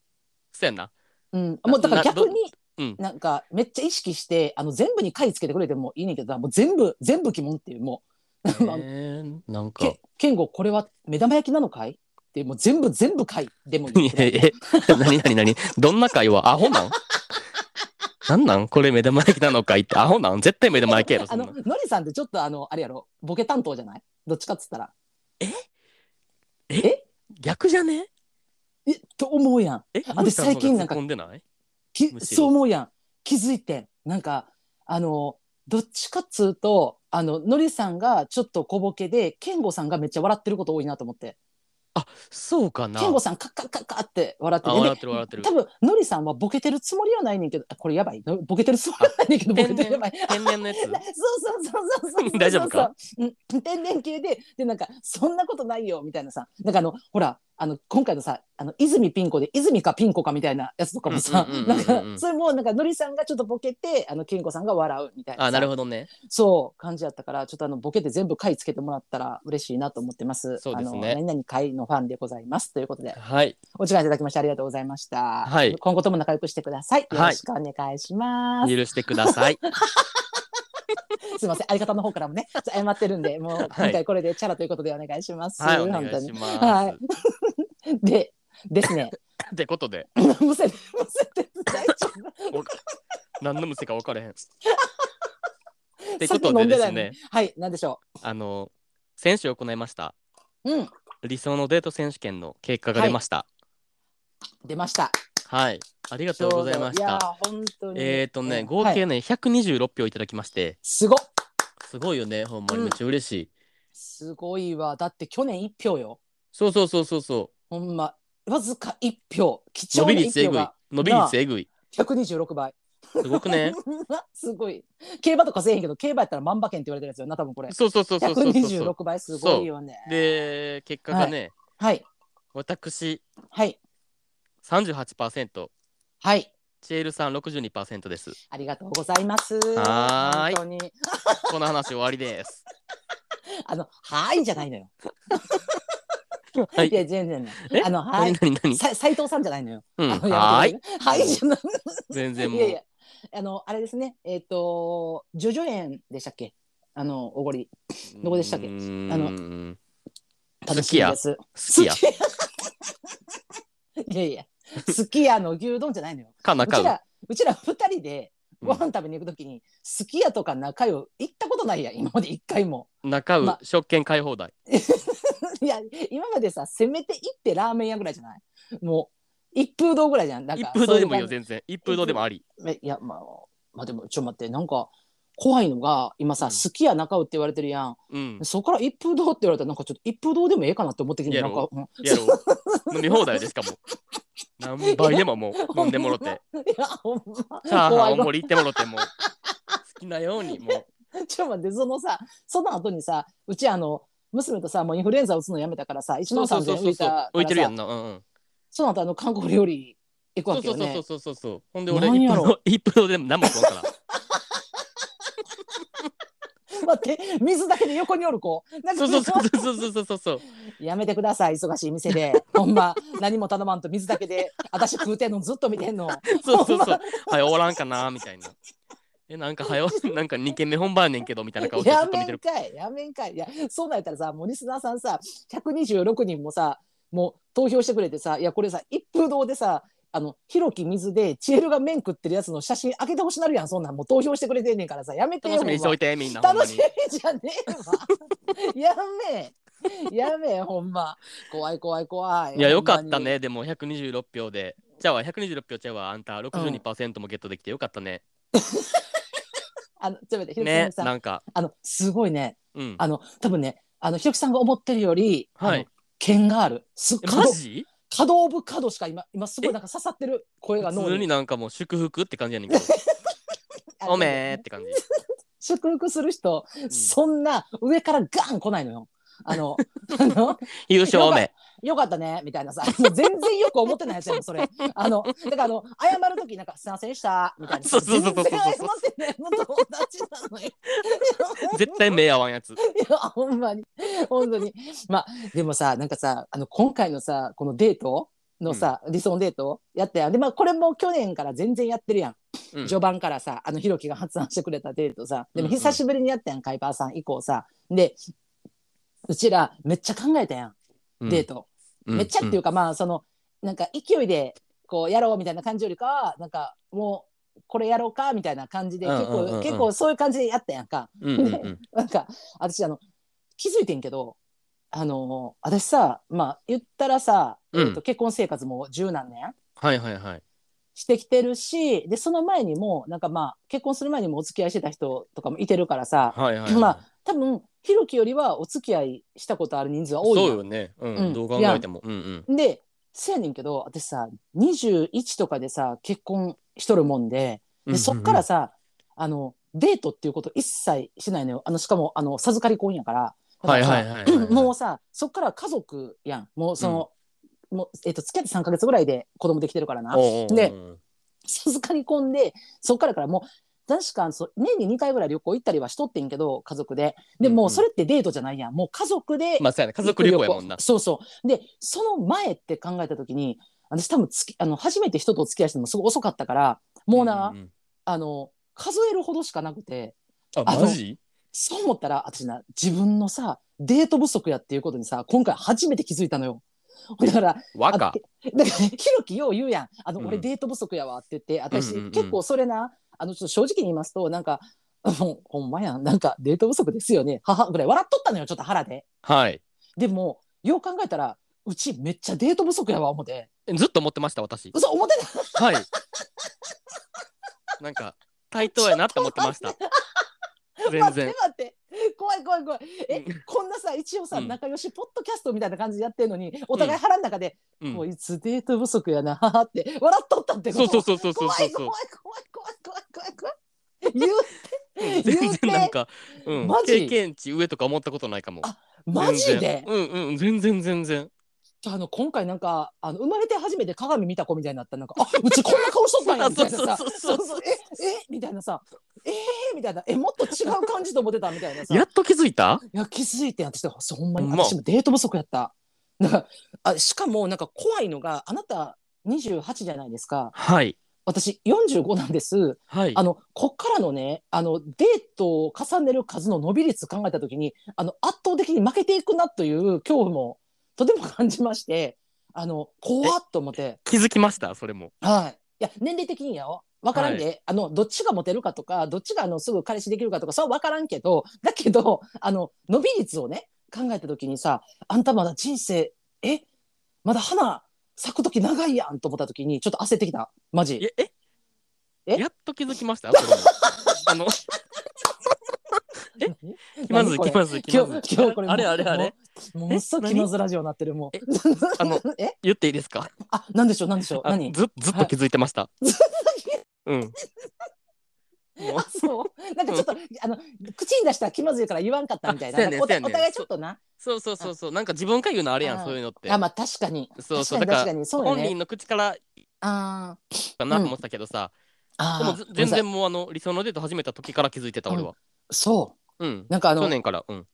Speaker 1: うやんな
Speaker 2: う,、ん、
Speaker 1: な
Speaker 2: もうだから逆に
Speaker 1: うん
Speaker 2: なんかめっちゃ意識してあの全部に回つけてくれてもいいねんけどもう全部全部疑問っていうも
Speaker 1: え
Speaker 2: う、まあ
Speaker 1: ー、なんか
Speaker 2: け健吾これは目玉焼きなのかいってもう全部全部回でもいい
Speaker 1: いやえ、何何何 どんな会話アホなんなんなんこれ目玉焼きなのかいってアホなん絶対目玉焼きやろそ
Speaker 2: あ
Speaker 1: ん
Speaker 2: の
Speaker 1: な
Speaker 2: の
Speaker 1: ん
Speaker 2: りさんってちょっとあのあれやろボケ担当じゃないどっちかっつったら
Speaker 1: 逆じゃね
Speaker 2: えと思うやん
Speaker 1: え
Speaker 2: 私最近なんか
Speaker 1: 突っ込んでない
Speaker 2: き
Speaker 1: むしろ
Speaker 2: そう思うやん気づいてんなんかあのどっちかっつうとあののりさんがちょっと小ボケで健吾さんがめっちゃ笑ってること多いなと思って
Speaker 1: そうかな
Speaker 2: 健吾さんカッカッカッカッって笑って
Speaker 1: あ
Speaker 2: て
Speaker 1: 笑ってる笑ってる
Speaker 2: 多分のりさんはボケてるつもりはないねんけどあこれやばいのボケてるつもりはないねんけどボケ
Speaker 1: 天
Speaker 2: てるや
Speaker 1: 然
Speaker 2: ばい
Speaker 1: 天然のやつ
Speaker 2: な そうそうそうそうそうそう
Speaker 1: 大丈夫か
Speaker 2: うん天然系ででなんかそんなことないよみたいなさなんかあのほらあの今回のさあの泉ピン子で泉かピン子かみたいなやつとかもさ
Speaker 1: うんうんうんう
Speaker 2: なん
Speaker 1: うん
Speaker 2: んかそれもなんかのりさんがちょっとボケてあの健子さんが笑うみたいなさ
Speaker 1: あなるほどね
Speaker 2: そう感じやったからちょっとあのボケて全部回つけてもらったら嬉しいなと思ってます
Speaker 1: そうですね
Speaker 2: あの何々回のファンでございますということで
Speaker 1: はい
Speaker 2: お時間いただきましてありがとうございました、
Speaker 1: はい
Speaker 2: 今後とも仲良くしてくださいよろしくお願いします、
Speaker 1: 許してくださ い
Speaker 2: すみません、相方の方からもね、 ちょっと謝ってるんで、もう今回これでチャラということでお願いします。
Speaker 1: はいお願
Speaker 2: 本当
Speaker 1: いし
Speaker 2: に。
Speaker 1: ます、
Speaker 2: はい で、ですね、
Speaker 1: ってことで
Speaker 2: むせ、むせて大丈
Speaker 1: お何の店か分から へんって
Speaker 2: 夫。
Speaker 1: ことでです
Speaker 2: の
Speaker 1: ね
Speaker 2: に。はい、なんでしょ
Speaker 1: あの先週行いました
Speaker 2: う。うん、
Speaker 1: 理想のデート選手権の結果が出ました
Speaker 2: 出ました。あ
Speaker 1: はい、ありがとうございまし
Speaker 2: いや
Speaker 1: た
Speaker 2: ー、本当に。
Speaker 1: えっ、ー、とね、
Speaker 2: うん
Speaker 1: 合
Speaker 2: はい
Speaker 1: 計ね、126票いただきまして、
Speaker 2: すごっ。
Speaker 1: すごいよね、ほんまに
Speaker 2: うん
Speaker 1: めっちゃ嬉しい。
Speaker 2: すごいわ、だって去年一票よ。
Speaker 1: そうそうそうそうそ
Speaker 2: ほんま、わずか一票。貴
Speaker 1: う。伸
Speaker 2: 重な
Speaker 1: び率
Speaker 2: 一
Speaker 1: え
Speaker 2: 票
Speaker 1: ぐい
Speaker 2: が。
Speaker 1: 伸び率えぐい。
Speaker 2: 百二十六倍。
Speaker 1: すごくね。
Speaker 2: すごい。競馬とかせえへんけど、競馬やったら万馬券って言われてるやつよな、多分こ れ。
Speaker 1: そうそうそうそう そうそう
Speaker 2: 126倍すごいよね。
Speaker 1: で、結果がね、
Speaker 2: はい
Speaker 1: 私
Speaker 2: はい
Speaker 1: 38%、
Speaker 2: はい。
Speaker 1: チエルさん62%です。
Speaker 2: ありがとうございます。
Speaker 1: はーい
Speaker 2: 本当に
Speaker 1: この話終わりです。
Speaker 2: あのはーいじゃないのよ。
Speaker 1: はい
Speaker 2: いや全然ね
Speaker 1: え。
Speaker 2: あのはーい。
Speaker 1: 何何
Speaker 2: さ斉藤さんじゃないのよ。
Speaker 1: 何
Speaker 2: あ
Speaker 1: うん、
Speaker 2: の
Speaker 1: はーい。。
Speaker 2: はーいじゃない。
Speaker 1: 全然も。
Speaker 2: いうやいや。あのあれですね。えっ、とジョジョ園でしたっけ。あのおごりどこでしたっけ
Speaker 1: うーん
Speaker 2: あの
Speaker 1: 好
Speaker 2: 楽し
Speaker 1: き
Speaker 2: み
Speaker 1: や
Speaker 2: で。す。
Speaker 1: 好きや。
Speaker 2: 好きや。いやいや。すき家の牛丼じゃないのよ。
Speaker 1: か
Speaker 2: う
Speaker 1: なか
Speaker 2: ち
Speaker 1: う。
Speaker 2: らうちら二人で
Speaker 1: うん
Speaker 2: ご飯食べに行くときに、すき家とか中よ行ったことないやん今まで一回も。
Speaker 1: 中う
Speaker 2: ま、
Speaker 1: 食券買い放題。
Speaker 2: いや今までさせめて行ってラーメン屋ぐらいじゃないもう一風堂ぐらいじゃんなんか
Speaker 1: 一風堂でもいいよ、
Speaker 2: そうう
Speaker 1: 全然。一風堂でもあり。
Speaker 2: 感じえいやまあまあでもちょっと待ってなんか怖いのが今
Speaker 1: うん
Speaker 2: さ「すき家中尾」って言われてるやん、
Speaker 1: うん。
Speaker 2: そこから一風堂って言われたらなんかちょっと一風堂でもええかなって思ってきて
Speaker 1: や
Speaker 2: なんか
Speaker 1: ろ、
Speaker 2: うんい
Speaker 1: やろう。飲み放題でしかも。何倍でも もう飲んでもろて。
Speaker 2: やほんま
Speaker 1: チャーハ
Speaker 2: 怖
Speaker 1: ン
Speaker 2: い
Speaker 1: 大盛り行ってもろてもう。好きなようにも
Speaker 2: ちょっと待ってそのさその後にさうちあの娘とさもうインフルエンザ打つのやめたからさ
Speaker 1: う。
Speaker 2: 1
Speaker 1: そ
Speaker 2: 万
Speaker 1: うそうそ
Speaker 2: 3000
Speaker 1: うそう
Speaker 2: 円浮いた
Speaker 1: そう
Speaker 2: から。さ
Speaker 1: 置いてるやんな。うんうん。
Speaker 2: その後あの韓国料理行く
Speaker 1: そ
Speaker 2: わ
Speaker 1: う
Speaker 2: け
Speaker 1: そ
Speaker 2: よ
Speaker 1: う
Speaker 2: ね
Speaker 1: そうそうそうそう。ほんで俺
Speaker 2: なん
Speaker 1: 一
Speaker 2: や
Speaker 1: 分
Speaker 2: ろ
Speaker 1: の一分のでも何も食わん から。
Speaker 2: 待って水だけで横におる子なん
Speaker 1: そ
Speaker 2: か
Speaker 1: うそうそうそうそうそうそうそう。
Speaker 2: やめてください忙しい店でほんま何も頼まんと水だけで私食うてんのずっと見てんの
Speaker 1: そうそうそう。はい終わらんかなみたいな。えなんかはよ なんか二軒目本番やねんけどみたいな顔してず
Speaker 2: や
Speaker 1: っと
Speaker 2: め
Speaker 1: 見て
Speaker 2: ん
Speaker 1: る。
Speaker 2: かいやめんかいいやそうなんやったらさもうリスナーさんさ126人もさもう投票してくれてさいやこれさ一風堂でさあのひろき水でチエルが麺食ってるやつの写真開けてほしなるやんそんなんもう投票してくれてんねんからさやめてよ
Speaker 1: 楽しみにしと
Speaker 2: ほんま
Speaker 1: いてみんな。ほんま
Speaker 2: 楽し
Speaker 1: に
Speaker 2: みじゃねえわ やめやめほんま怖い怖い怖い
Speaker 1: いや
Speaker 2: ほ
Speaker 1: よ
Speaker 2: んま
Speaker 1: か
Speaker 2: に
Speaker 1: ったねでも126票で。じゃあわ126票ちゃうわあんた62%もゲットできてよかったね。
Speaker 2: あのちょっと待ってひろき
Speaker 1: ね
Speaker 2: さん、
Speaker 1: なんか。
Speaker 2: あのすごいね
Speaker 1: うん。
Speaker 2: あの多分ねあのひろきさんが思ってるより、
Speaker 1: はい
Speaker 2: あの剣があるすっ
Speaker 1: え
Speaker 2: ご
Speaker 1: マ
Speaker 2: い
Speaker 1: ジ
Speaker 2: 稼働部稼働しか今、今すごいなんか刺さってる声が
Speaker 1: 普
Speaker 2: 脳
Speaker 1: 通に
Speaker 2: に。
Speaker 1: なんかもう祝福って感じや ねんけど
Speaker 2: あ
Speaker 1: おめーって感じ、
Speaker 2: 祝福する人、
Speaker 1: うん
Speaker 2: そんな上からガン来ないのよ。あ の、あの、
Speaker 1: 優勝おめ
Speaker 2: よかったね、みたいなさ、全然よく思ってないやつやん、それ。あの、だからあの、謝るときなんか、すいませんでした、みたいな。
Speaker 1: そうそうそうそう
Speaker 2: 全然謝ってないの友達なのよ。
Speaker 1: 絶対目合わんやつ
Speaker 2: いや、ほんまに。本当に。まあ、でもさ、なんかさ、あの、今回のさ、このデートのさ、理想のデートやったやん。で、まあ、これも去年から全然やってるやん。
Speaker 1: うん
Speaker 2: 序盤からさ、あの、ひろきが発案してくれたデートさ。でも、
Speaker 1: うんうん
Speaker 2: 久しぶりにやったやん、カイパーさん以降さ。で、うちら、めっちゃ考えたやん、
Speaker 1: うん
Speaker 2: デート。
Speaker 1: うん
Speaker 2: めっちゃっていうか、まあ、その、なんか、勢いで、こう、やろうみたいな感じよりかは、なんか、もう、これやろうかみたいな感じで、
Speaker 1: うんうん
Speaker 2: 結
Speaker 1: うんうん
Speaker 2: 構、結構そういう感じでやったやんか。
Speaker 1: うんうんうん
Speaker 2: なんか私あの気づいてんけどあの私さまあ言ったらさ、
Speaker 1: うん
Speaker 2: えっと結婚生活も十何年
Speaker 1: はいはいはい
Speaker 2: してきてるしでその前にもなんかまあ結婚する前にもお付き合いしてた人とかもいてるからさ、
Speaker 1: はいはいはい、
Speaker 2: まあ多分ひろきよりはお付き合いしたことある人数は多い
Speaker 1: そう
Speaker 2: やん
Speaker 1: よね、うん
Speaker 2: うん
Speaker 1: どう考えてもうんうん
Speaker 2: でせやねんけど私さ21とかでさ結婚しとるもんで
Speaker 1: うんうんう
Speaker 2: で
Speaker 1: ん
Speaker 2: そっからさ、あのデートっていうこと一切しないのよあのしかもあの授かり婚やから。
Speaker 1: はいはいはいはいはい
Speaker 2: もうさそっから家族やんもうその、もうえっと付き合って3か月ぐらいで子供できてるからな
Speaker 1: おうおうおう
Speaker 2: ね授かり込んでそっからからもう確かそう年に2回ぐらい旅行行ったりはしとってんけど家族でで
Speaker 1: うん
Speaker 2: も
Speaker 1: うん
Speaker 2: うそれってデートじゃないやんもう家族で
Speaker 1: まあそうやね家族旅行やもんな
Speaker 2: そうそうでその前って考えた時に私多分つきあの初めて人とお付き合いしたのもすごい遅かったからもうな、
Speaker 1: んん
Speaker 2: あの数えるほどしかなくて
Speaker 1: あマジ
Speaker 2: そう思ったら私な自分のさデート不足やっていうことにさ今回初めて気づいたのよ。だから
Speaker 1: 若
Speaker 2: あだからひろきよう言うやんあの、
Speaker 1: うん
Speaker 2: 俺デート不足やわって言って私、
Speaker 1: うんうんうん
Speaker 2: 結構それなあのちょっと正直に言いますとなんかほんほんまやんなんかデート不足ですよね母ぐらい笑っとったのよちょっと腹で
Speaker 1: はい
Speaker 2: でもよう考えたらうちめっちゃデート不足やわ思って
Speaker 1: ずっと思ってました私
Speaker 2: 嘘思ってた
Speaker 1: はいなんか対等やなって思ってました 全
Speaker 2: 待っ
Speaker 1: 然
Speaker 2: て待って怖い怖い怖いえ、
Speaker 1: うん
Speaker 2: こんなさ一応さ、
Speaker 1: うん
Speaker 2: 仲良しポッドキャストみたいな感じでやってるのにお互い腹の中で、
Speaker 1: うん
Speaker 2: こいつデート不足やな ははって笑っとったってこ
Speaker 1: そ
Speaker 2: と
Speaker 1: うそうそうそうそう
Speaker 2: 怖
Speaker 1: そう
Speaker 2: い怖い
Speaker 1: そう
Speaker 2: 怖い怖い怖い怖い怖い言う
Speaker 1: うん
Speaker 2: 言
Speaker 1: 全
Speaker 2: う
Speaker 1: 然
Speaker 2: て
Speaker 1: なんか、うん
Speaker 2: マ、ジ
Speaker 1: 経験値上とか思ったことないかも
Speaker 2: あマジ
Speaker 1: 全然
Speaker 2: で
Speaker 1: うんうん全然全然
Speaker 2: じゃああの今回なんかあの生まれて初めて鏡見た子みたいになったなんかあうちこんな顔しとったんやみたいな さ
Speaker 1: そうそうそうそう
Speaker 2: そうええみたいなさえー、みたいなえもっと違う感じと思ってたみたいなさ
Speaker 1: やっと気づいた
Speaker 2: いや気づいてん私だからそうほんまに
Speaker 1: ほんま
Speaker 2: 私もデート不足やったなんかあしかもなんか怖いのがあなた28じゃないですか
Speaker 1: はい
Speaker 2: 私45なんです
Speaker 1: はい
Speaker 2: あのこっからのねあのデートを重ねる数の伸び率考えた時にあの圧倒的に負けていくなという恐怖もとても感じましてあの怖っと思って
Speaker 1: 気づきましたそれも
Speaker 2: はいいや年齢的にやよ分からんで、あのどっちがモテるかとかどっちがあのすぐ彼氏できるかとかそれは分からんけどだけどあの伸び率をね考えた時にさあんたまだ人生えまだ花咲く時長いやんと思った時にちょっと焦ってきたマジ。
Speaker 1: ええ
Speaker 2: え
Speaker 1: やっと気づきましたそれもあ の気まずい
Speaker 2: 何これ
Speaker 1: 気まずい気ま
Speaker 2: 今
Speaker 1: ずい
Speaker 2: 日今日これ
Speaker 1: あれあれあれ
Speaker 2: もうもうさ気まずラジオになってるもう
Speaker 1: えあの
Speaker 2: え
Speaker 1: 言っていいですか
Speaker 2: あなんでしょうなんでしょう
Speaker 1: あ
Speaker 2: 何
Speaker 1: ずずっと気づいてました
Speaker 2: ずっ
Speaker 1: うんもう
Speaker 2: あそうなんかちょっとあの口に出したら気まずいから言わんかったみたいな
Speaker 1: あそうやね
Speaker 2: なんかお
Speaker 1: そうやね
Speaker 2: お互いちょっとな
Speaker 1: そうそうそうそうなんか自分から言うのあれやん
Speaker 2: あー
Speaker 1: そういうのって
Speaker 2: あまあ確かに
Speaker 1: そうそうだ
Speaker 2: 確かに
Speaker 1: から
Speaker 2: 確かにそうよ
Speaker 1: 本
Speaker 2: ね
Speaker 1: 人の口から
Speaker 2: あー
Speaker 1: かなと思ってたけどさでも
Speaker 2: あー
Speaker 1: ず全
Speaker 2: ごめんなさい
Speaker 1: 然もうあの理想のデート始めた時から気づいてた俺は
Speaker 2: そ
Speaker 1: うん
Speaker 2: うなんかあ
Speaker 1: 去
Speaker 2: の
Speaker 1: 年からうん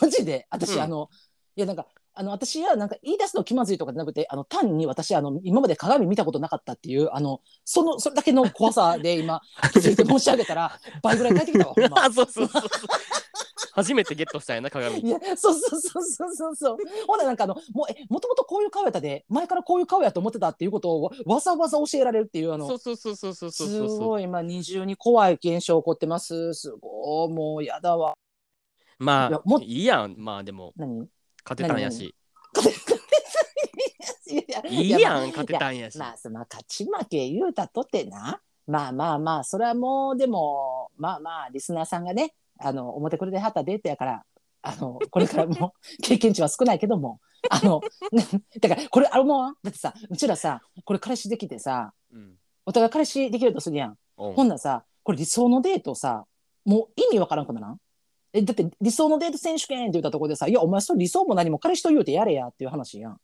Speaker 2: マジで私、
Speaker 1: うん
Speaker 2: あのいやなんかあの私はなんか言い出すの気まずいとかじゃなくてあの単に私あの今まで鏡見たことなかったっていうあのそのそれだけの怖さで今 気づいて申し上げたら倍ぐらい帰ってきたわほんま
Speaker 1: あ そうそうそうそう初めてゲットしたんやな鏡
Speaker 2: いやそうそうそうそうそうそうほんならなんかあのもうえもともとこういう顔やったで前からこういう顔やと思ってたっていうことをわわざわざ教えられるっていうあの
Speaker 1: そうそうそうそうそうそう
Speaker 2: す
Speaker 1: そう
Speaker 2: ごい今二重に怖い現象起こってますすごいもうやだわ
Speaker 1: ま
Speaker 2: いや
Speaker 1: あ
Speaker 2: も
Speaker 1: いいやんまあでも
Speaker 2: 何
Speaker 1: 勝てたんやし
Speaker 2: いやいや
Speaker 1: いいやん勝てたんやし
Speaker 2: まあ、その勝ち負け言うたとてな。まあまあまあ、それはもう、でも、まあまあ、リスナーさん がね、あの、思ってくれてはったデートやから、あの、これからも経験値は少ないけども、あの、ね、だからこれあれもだってさうちらさこれ彼氏できてさ
Speaker 1: うん。
Speaker 2: お互い彼氏できるとするやん。
Speaker 1: おん
Speaker 2: ほんならさこれ理想のデートさもう意味わからんくならんえだって理想のデート選手権って言ったところでさ「いやお前それ理想も何も彼氏と言うてやれや」っていう話やん。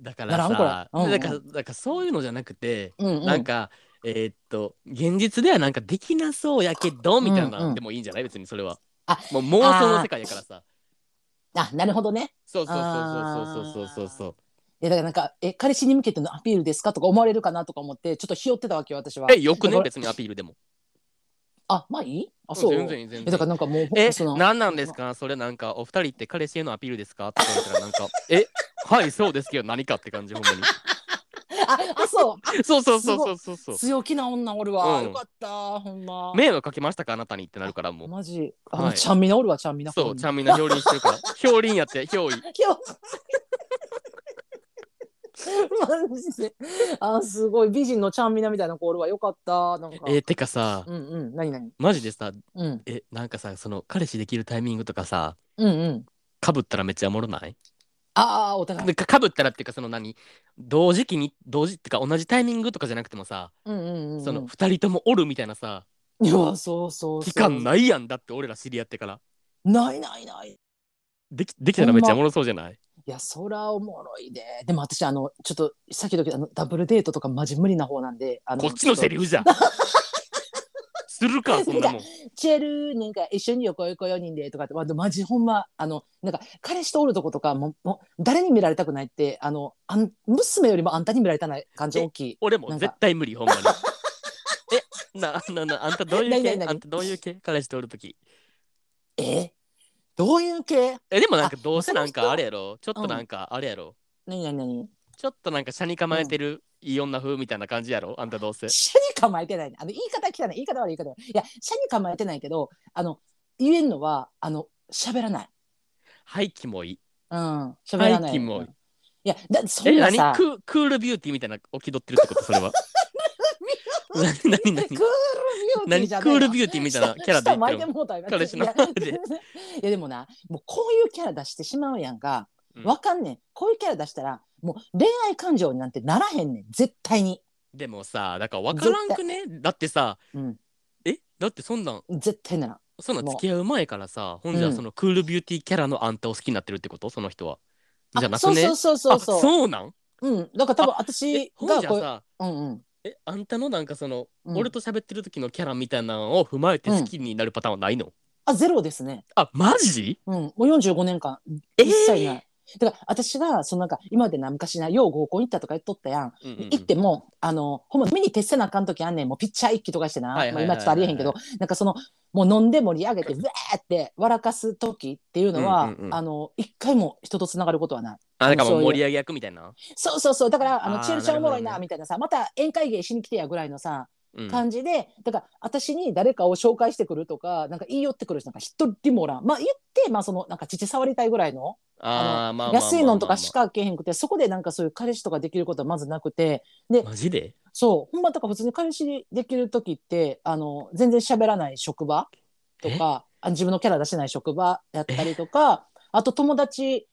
Speaker 1: だから
Speaker 2: な
Speaker 1: さ
Speaker 2: らん、これうん
Speaker 1: だから、だからそういうのじゃなくて、
Speaker 2: うんうん、
Speaker 1: なんか、えーっと、現実ではなんかできなそうやけど、みたい
Speaker 2: うんう
Speaker 1: な、
Speaker 2: ん
Speaker 1: でもいいんじゃない別にそれは。
Speaker 2: あ
Speaker 1: もう妄想の世界やからさ。
Speaker 2: あなるほどね。
Speaker 1: そうそうそうそうそうそうそうそう。
Speaker 2: いやだからなんか「え彼氏に向けてのアピールですか?」とか思われるかなとか思ってちょっとひよってたわけよ私は。
Speaker 1: え、よく
Speaker 2: だか
Speaker 1: ね
Speaker 2: ら
Speaker 1: 別にアピールでも。
Speaker 2: あまあいいあそう。
Speaker 1: 全然いい全
Speaker 2: えだか
Speaker 1: 然い
Speaker 2: ら
Speaker 1: い。
Speaker 2: なんかもう
Speaker 1: え
Speaker 2: そ、の
Speaker 1: 何なんですかそれなんか、お二人って彼氏へのアピールですかって言われたらなんか、え、はい、そうですけど何かって感じ、ほんまに。
Speaker 2: ああそ
Speaker 1: そうそうそうそうそう そう
Speaker 2: う。強気な女おるわ、
Speaker 1: うん
Speaker 2: よかったほんま。
Speaker 1: 迷惑かけましたかあなたにってなるからもう。
Speaker 2: マジ
Speaker 1: は
Speaker 2: あ
Speaker 1: い
Speaker 2: ちゃんみなおるわちゃんみな。
Speaker 1: そう、ち
Speaker 2: ちゃん
Speaker 1: ゃんみんな氷にしてる から。氷輪やって、氷。
Speaker 2: マジであすごい美人のちゃんみなみたいな子おるわよかったなんか
Speaker 1: えー、てかさ、
Speaker 2: うんうん何何
Speaker 1: マジでさ、
Speaker 2: うん
Speaker 1: え、なんかさ、その彼氏できるタイミングとかさ、
Speaker 2: うんうん
Speaker 1: かぶったらめっちゃおもろない
Speaker 2: ああお互い
Speaker 1: でかかぶったらっていうか、その何同時期に、同時ってか同じタイミングとかじゃなくてもさ、
Speaker 2: うんうんうんうん
Speaker 1: その二人ともおるみたいなさ、
Speaker 2: いやそうそうそう
Speaker 1: 期間
Speaker 2: い
Speaker 1: ないやんだって俺ら知り合ってから。
Speaker 2: ないないないい
Speaker 1: できできたらめっちゃおもろそうじゃない
Speaker 2: やそらおもろいででも私あのちょっとさっきの時あのダブルデートとかマジ無理な方なんであの
Speaker 1: こっちのセリフじゃん。するか、そんなもん。
Speaker 2: チェルなんか一緒に横横4人でとかって、まあ、マジほんまあのなんか彼氏とおるとことかももう誰に見られたくないってあのあん娘よりもあんたに見られたない感じ大きい。
Speaker 1: 俺も絶対無理ほんまにえなななあんたどういう
Speaker 2: 何
Speaker 1: 系
Speaker 2: 何何
Speaker 1: あんたどういう系彼氏とおるとき
Speaker 2: えどういう系
Speaker 1: えでもなんかどうせ
Speaker 2: あその
Speaker 1: なん
Speaker 2: 人
Speaker 1: かあれやろちょっとなんかあれやろ、
Speaker 2: 何何何
Speaker 1: ちょっとなんか車に構えてるいい女風みたいな感じやろあんたどうせ
Speaker 2: 社に構えてないあの言い方汚い言い方悪い言い方悪いいや社に構えてないけどあの言えるのはあの喋らない
Speaker 1: はいキモい
Speaker 2: うん喋ら
Speaker 1: は
Speaker 2: ないい
Speaker 1: キモい
Speaker 2: やだってそ
Speaker 1: え
Speaker 2: んな
Speaker 1: 何
Speaker 2: さ
Speaker 1: ククールビューティーみたいなお気取ってるってことそれ は 何何
Speaker 2: クール
Speaker 1: 何何
Speaker 2: ビューティーじゃない
Speaker 1: クー
Speaker 2: わ
Speaker 1: ルビューティーみたいなキャラで
Speaker 2: 下
Speaker 1: 言っ
Speaker 2: 巻
Speaker 1: て
Speaker 2: いて
Speaker 1: るの
Speaker 2: もうた今
Speaker 1: 彼氏の
Speaker 2: いや
Speaker 1: で
Speaker 2: いやでもなもうこういうキャラ出してしまうやんか、
Speaker 1: うん
Speaker 2: わかんねんこういうキャラ出したらもう恋愛感情になんてならへんねん絶対に、
Speaker 1: でもさだから分からんくねだってさ
Speaker 2: うん、
Speaker 1: えだってそんなん
Speaker 2: 絶対ならん
Speaker 1: そんなん
Speaker 2: もう
Speaker 1: 付き合う前からさほんじゃ
Speaker 2: うん
Speaker 1: そのクールビューティーキャラのあんたを好きになってるってことその人は
Speaker 2: あ
Speaker 1: じゃなく
Speaker 2: そう
Speaker 1: ね
Speaker 2: そうそうそう
Speaker 1: あ
Speaker 2: そう
Speaker 1: そうなん
Speaker 2: うんだから多分
Speaker 1: え
Speaker 2: 私
Speaker 1: ほん
Speaker 2: が
Speaker 1: じゃ
Speaker 2: こう
Speaker 1: さ
Speaker 2: うんうん
Speaker 1: えあんたのなんかその、
Speaker 2: うん
Speaker 1: 俺と喋ってる時のキャラみたいなのを踏まえて好きになるパターンはないの、
Speaker 2: あゼロですね
Speaker 1: あマジ
Speaker 2: うんもう45年間
Speaker 1: え
Speaker 2: 一切ない、だから私がそのなんか今までな昔なよう合コン行ったとか言っとったやん
Speaker 1: うんうんうん
Speaker 2: 行っても、あの、ほんま、目に徹せなあかん時あんねん、もうピッチャー一気とかしてな、
Speaker 1: はいはいはいはい
Speaker 2: まあ今ちょっとありえへんけど、なんかその、もう飲んで盛り上げて、うわーって笑かす時っていうのは、
Speaker 1: うんうんうん
Speaker 2: あの、一回も人とつながることはない。
Speaker 1: あなんかも
Speaker 2: そう
Speaker 1: う
Speaker 2: いう
Speaker 1: 盛り上げ役みたいな、
Speaker 2: そうそうそう、だから、あ
Speaker 1: あ
Speaker 2: の、
Speaker 1: ー
Speaker 2: チェルちゃんおもろい
Speaker 1: なるほど
Speaker 2: な、
Speaker 1: ね
Speaker 2: みたいなさ、また宴会芸しに来てやぐらいのさ、
Speaker 1: うん、
Speaker 2: 感じで、だから、私に誰かを紹介してくるとか、なんか言い寄ってくる人なんか一人もおらん。まあ言って、まあその、なんか乳触りたいぐらいの、
Speaker 1: あーまあまあまあまあまあ
Speaker 2: 安いのんとかしかけへんくて、そこでなんかそういう彼氏とかできることはまずなくて、
Speaker 1: マジで
Speaker 2: そう、ほんまとか普通に彼氏できる時って、あの、全然喋らない職場とか、あ自分のキャラ出してない職場やったりとか、あと友達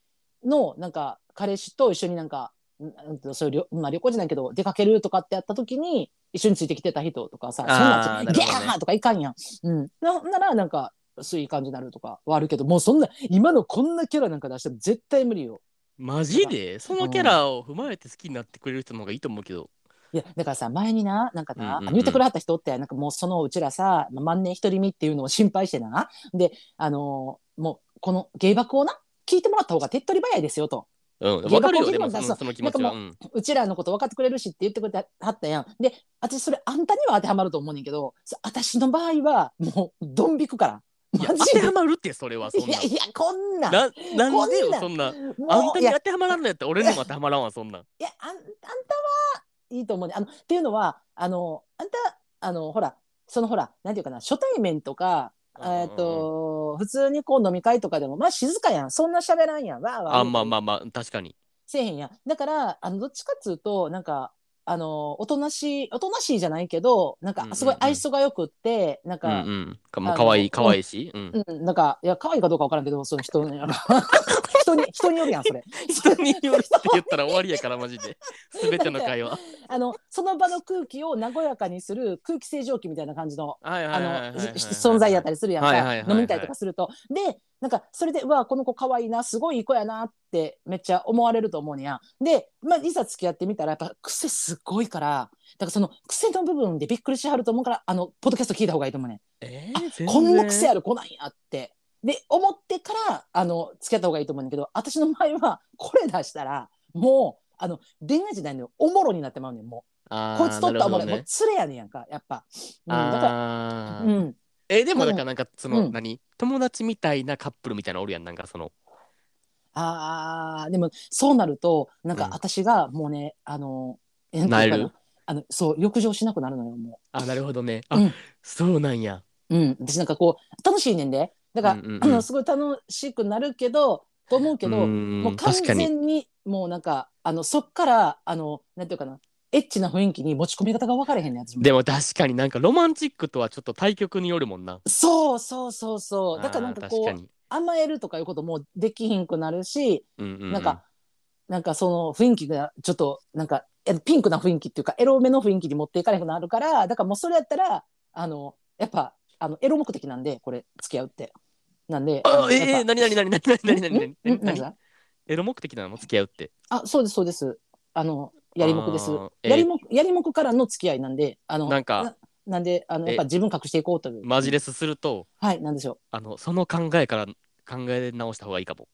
Speaker 2: のなんか彼氏と一緒になんか、んんそういう旅,、まあ、旅行じゃないけど、出かけるとかってやった時に、一緒についてきてた人とかさ、そんな
Speaker 1: あー
Speaker 2: ん
Speaker 1: なる
Speaker 2: ギ
Speaker 1: ほ
Speaker 2: ャ
Speaker 1: どね
Speaker 2: ーとかいかんやん。うん。ななら、なんか、そういう感じになるとかはあるけど、もうそんな、今のこんなキャラなんか出しても絶対無理よ。
Speaker 1: マジでそのキャラを踏まえて好きになってくれる人の方がいいと思うけど、
Speaker 2: いやだからさ前にななんか
Speaker 1: う
Speaker 2: な、
Speaker 1: んうんうん
Speaker 2: 言ってくれはった人ってなんかもうそのうちらさまあ万年独り身っていうのを心配してなであのーもうこの芸爆をな聞いてもらった方が手っ取り早いですよと
Speaker 1: うん、わかるよ
Speaker 2: い
Speaker 1: で
Speaker 2: や
Speaker 1: も
Speaker 2: 僕
Speaker 1: そ
Speaker 2: も
Speaker 1: のその気持ちは、
Speaker 2: な
Speaker 1: うん、
Speaker 2: うちらのこと分かってくれるしって言ってくれはったやんで私それあんたには当てはまると思うねんけどさ私の場合はもうドン引くから
Speaker 1: いや
Speaker 2: マ
Speaker 1: 当
Speaker 2: ジ
Speaker 1: て
Speaker 2: で
Speaker 1: はまるってそれはそん
Speaker 2: い
Speaker 1: な
Speaker 2: やいやこんなん
Speaker 1: なな
Speaker 2: こ
Speaker 1: んで
Speaker 2: ん
Speaker 1: よ
Speaker 2: なん
Speaker 1: そんな
Speaker 2: もう
Speaker 1: あんた
Speaker 2: い
Speaker 1: に
Speaker 2: や
Speaker 1: 当てはまらんのやったら俺にも当てはまらんわそんなん
Speaker 2: いやあんあんたはいいと思うねあのっていうのはあのあんたあのほらそのほらなんていうかな初対面とか、
Speaker 1: うんうんうん
Speaker 2: えっと普通にこう飲み会とかでもまあ静かやんそんな喋らんやんわーわー
Speaker 1: あまあまあまあ確かに
Speaker 2: せえへんやんだからあのどっちかっつうとなんかあのおとなしいおとなしいじゃないけどなん
Speaker 1: うんうんう
Speaker 2: か
Speaker 1: ん
Speaker 2: すごい愛想がよくって、なん
Speaker 1: うん
Speaker 2: か、
Speaker 1: うんかもう可愛い可愛いし、うん
Speaker 2: うんなんかいや可愛いかどうかわからんけどその人に 人に人によるやんそれ
Speaker 1: 人によるって言ったら終わりやからマジで全ての会話
Speaker 2: あのその場の空気を和やかにする空気清浄機みたいな感じの
Speaker 1: はいは
Speaker 2: あ
Speaker 1: いはい
Speaker 2: の、
Speaker 1: はいはいはい
Speaker 2: し存在やったりするやんか、
Speaker 1: はいはいはいはい
Speaker 2: 飲みたりとかするとでなんかそれでうわこの子可愛いなすごいいい子やなってめっちゃ思われると思うにやんで、まあ、いざ付き合ってみたらやっぱ癖すごいからだからその癖の部分でびっくりしはると思うからあのポッドキャスト聞いた方がいいと思うね
Speaker 1: え
Speaker 2: あ
Speaker 1: ー、全然
Speaker 2: こんな癖ある子なんやってで思ってからあの付き合った方がいいと思うんだけど私の場合はこれ出したらもうあの恋愛時代のおもろになってまうねんもう
Speaker 1: あー
Speaker 2: こいつ取ったらおもろい、
Speaker 1: な
Speaker 2: も
Speaker 1: る
Speaker 2: う連れやねんやんかやっぱ、うん、
Speaker 1: ほどね
Speaker 2: だか
Speaker 1: あ
Speaker 2: ら
Speaker 1: ー
Speaker 2: うん
Speaker 1: えでもだからなんかその、
Speaker 2: うん
Speaker 1: 何友達みたいなカップルみたいなのおるやんなんかその
Speaker 2: あーでもそうなるとなん
Speaker 1: う
Speaker 2: か
Speaker 1: ん
Speaker 2: 私がもうね、あのえ
Speaker 1: なえる
Speaker 2: なんていうかあのそう浴場しなくなるのよも
Speaker 1: あなるほどねあ、
Speaker 2: うん
Speaker 1: そうなんや
Speaker 2: う、うん、私なんかこう楽しいねんでだから、
Speaker 1: うんうんうん
Speaker 2: あのすごい楽しくなるけどと思うけど、
Speaker 1: うーん
Speaker 2: もう完
Speaker 1: 確かに
Speaker 2: 全にもうなんかあのそっからあのなんていうかなエッチな雰囲気に持ち込み方が分かれへんねん私も
Speaker 1: でも確かになんかロマンチックとはちょっと対極によるもんな
Speaker 2: そうそうそうそうだからなん
Speaker 1: あ
Speaker 2: か
Speaker 1: ー
Speaker 2: こ
Speaker 1: 確
Speaker 2: う
Speaker 1: に
Speaker 2: 甘えるとかいうこともできひんくなるし
Speaker 1: うんうんうん
Speaker 2: なんか、なんかその雰囲気がちょっとなんかえピンクな雰囲気っていうかエロめの雰囲気に持っていかなくなるからだからもうそれやったらあのやっぱあのエロ目的なんでこれ付き合うってなんで
Speaker 1: あ
Speaker 2: の
Speaker 1: え
Speaker 2: やっぱ
Speaker 1: え何何何何何何何
Speaker 2: んんん何
Speaker 1: 何
Speaker 2: が
Speaker 1: エロ目的なの付き合うって
Speaker 2: あそうですそうですあのやりもくです
Speaker 1: あーえー
Speaker 2: やりもくやりもくからの付き合いなんであの
Speaker 1: なんか
Speaker 2: ななんであの
Speaker 1: え
Speaker 2: やっぱ自分隠していこうという
Speaker 1: マジレスすると
Speaker 2: はいなんでしょう
Speaker 1: あのその考えから考え直した方がいいか も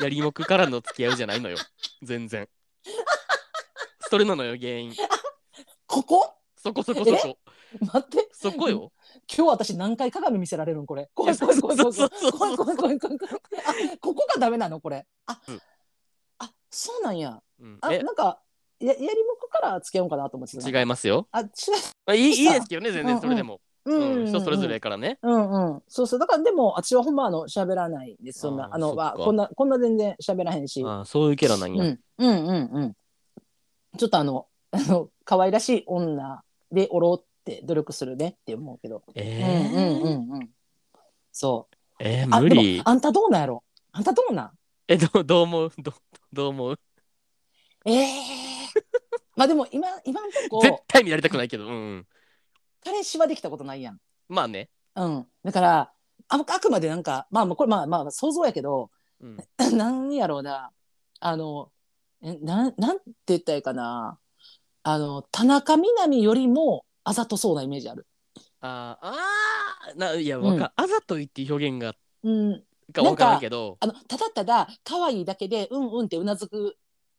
Speaker 1: やりもくからの付き合うじゃないのよ全然それなのよ原因
Speaker 2: ここ
Speaker 1: そこそこそこ
Speaker 2: 待って
Speaker 1: そこよ
Speaker 2: 今日私何回鏡見せられるんこれ怖い
Speaker 1: いや
Speaker 2: 怖い怖い怖い怖い
Speaker 1: そうそう
Speaker 2: 怖
Speaker 1: そ
Speaker 2: いう怖い怖い怖い怖いあここがダメなのこれあ、
Speaker 1: うん
Speaker 2: あそうなんや
Speaker 1: うん
Speaker 2: あ
Speaker 1: え
Speaker 2: なんかややりもくからつけようかなと思ってた
Speaker 1: 違いますよ
Speaker 2: あ違う
Speaker 1: まあいい
Speaker 2: そ
Speaker 1: いうい
Speaker 2: か
Speaker 1: ですけどね全
Speaker 2: うん
Speaker 1: 然
Speaker 2: うん
Speaker 1: それでも、
Speaker 2: う
Speaker 1: うん
Speaker 2: ん、うんうん、
Speaker 1: 人それぞれやからね
Speaker 2: うんうんそうそうだからでも私はほんまあの喋らないですそんな
Speaker 1: あー
Speaker 2: あの
Speaker 1: そっか
Speaker 2: わこんなこんな全然喋らへんし
Speaker 1: ああそういうキャラなん
Speaker 2: う
Speaker 1: や、
Speaker 2: ん、うんうんうんちょっとあの あの可愛らしい女でおろうって努力するねって思うけど、
Speaker 1: えー
Speaker 2: うんうんうんうんそう
Speaker 1: えー
Speaker 2: あ
Speaker 1: 無
Speaker 2: で
Speaker 1: 理
Speaker 2: もあんたどうなんやろあんたどうなん
Speaker 1: えどうどう思うどうどう思う
Speaker 2: え えまあでも今今のと
Speaker 1: 絶
Speaker 2: こ
Speaker 1: 対見られたくないけどうんうん
Speaker 2: 彼氏はできたことないやん
Speaker 1: まあね、
Speaker 2: うんだからああくまでなんかまあまあこれまあまあ想像やけど
Speaker 1: うん、
Speaker 2: なんやろうなあのえなんなんて言ったらいいかなあの田中みな実よりもあざとそうなイメージある。
Speaker 1: あーあーないやわか、あざといっていう表現が
Speaker 2: うん、
Speaker 1: が
Speaker 2: なん
Speaker 1: わ
Speaker 2: か
Speaker 1: からんけど
Speaker 2: あのただただ可愛いだけでうんうんってうなずく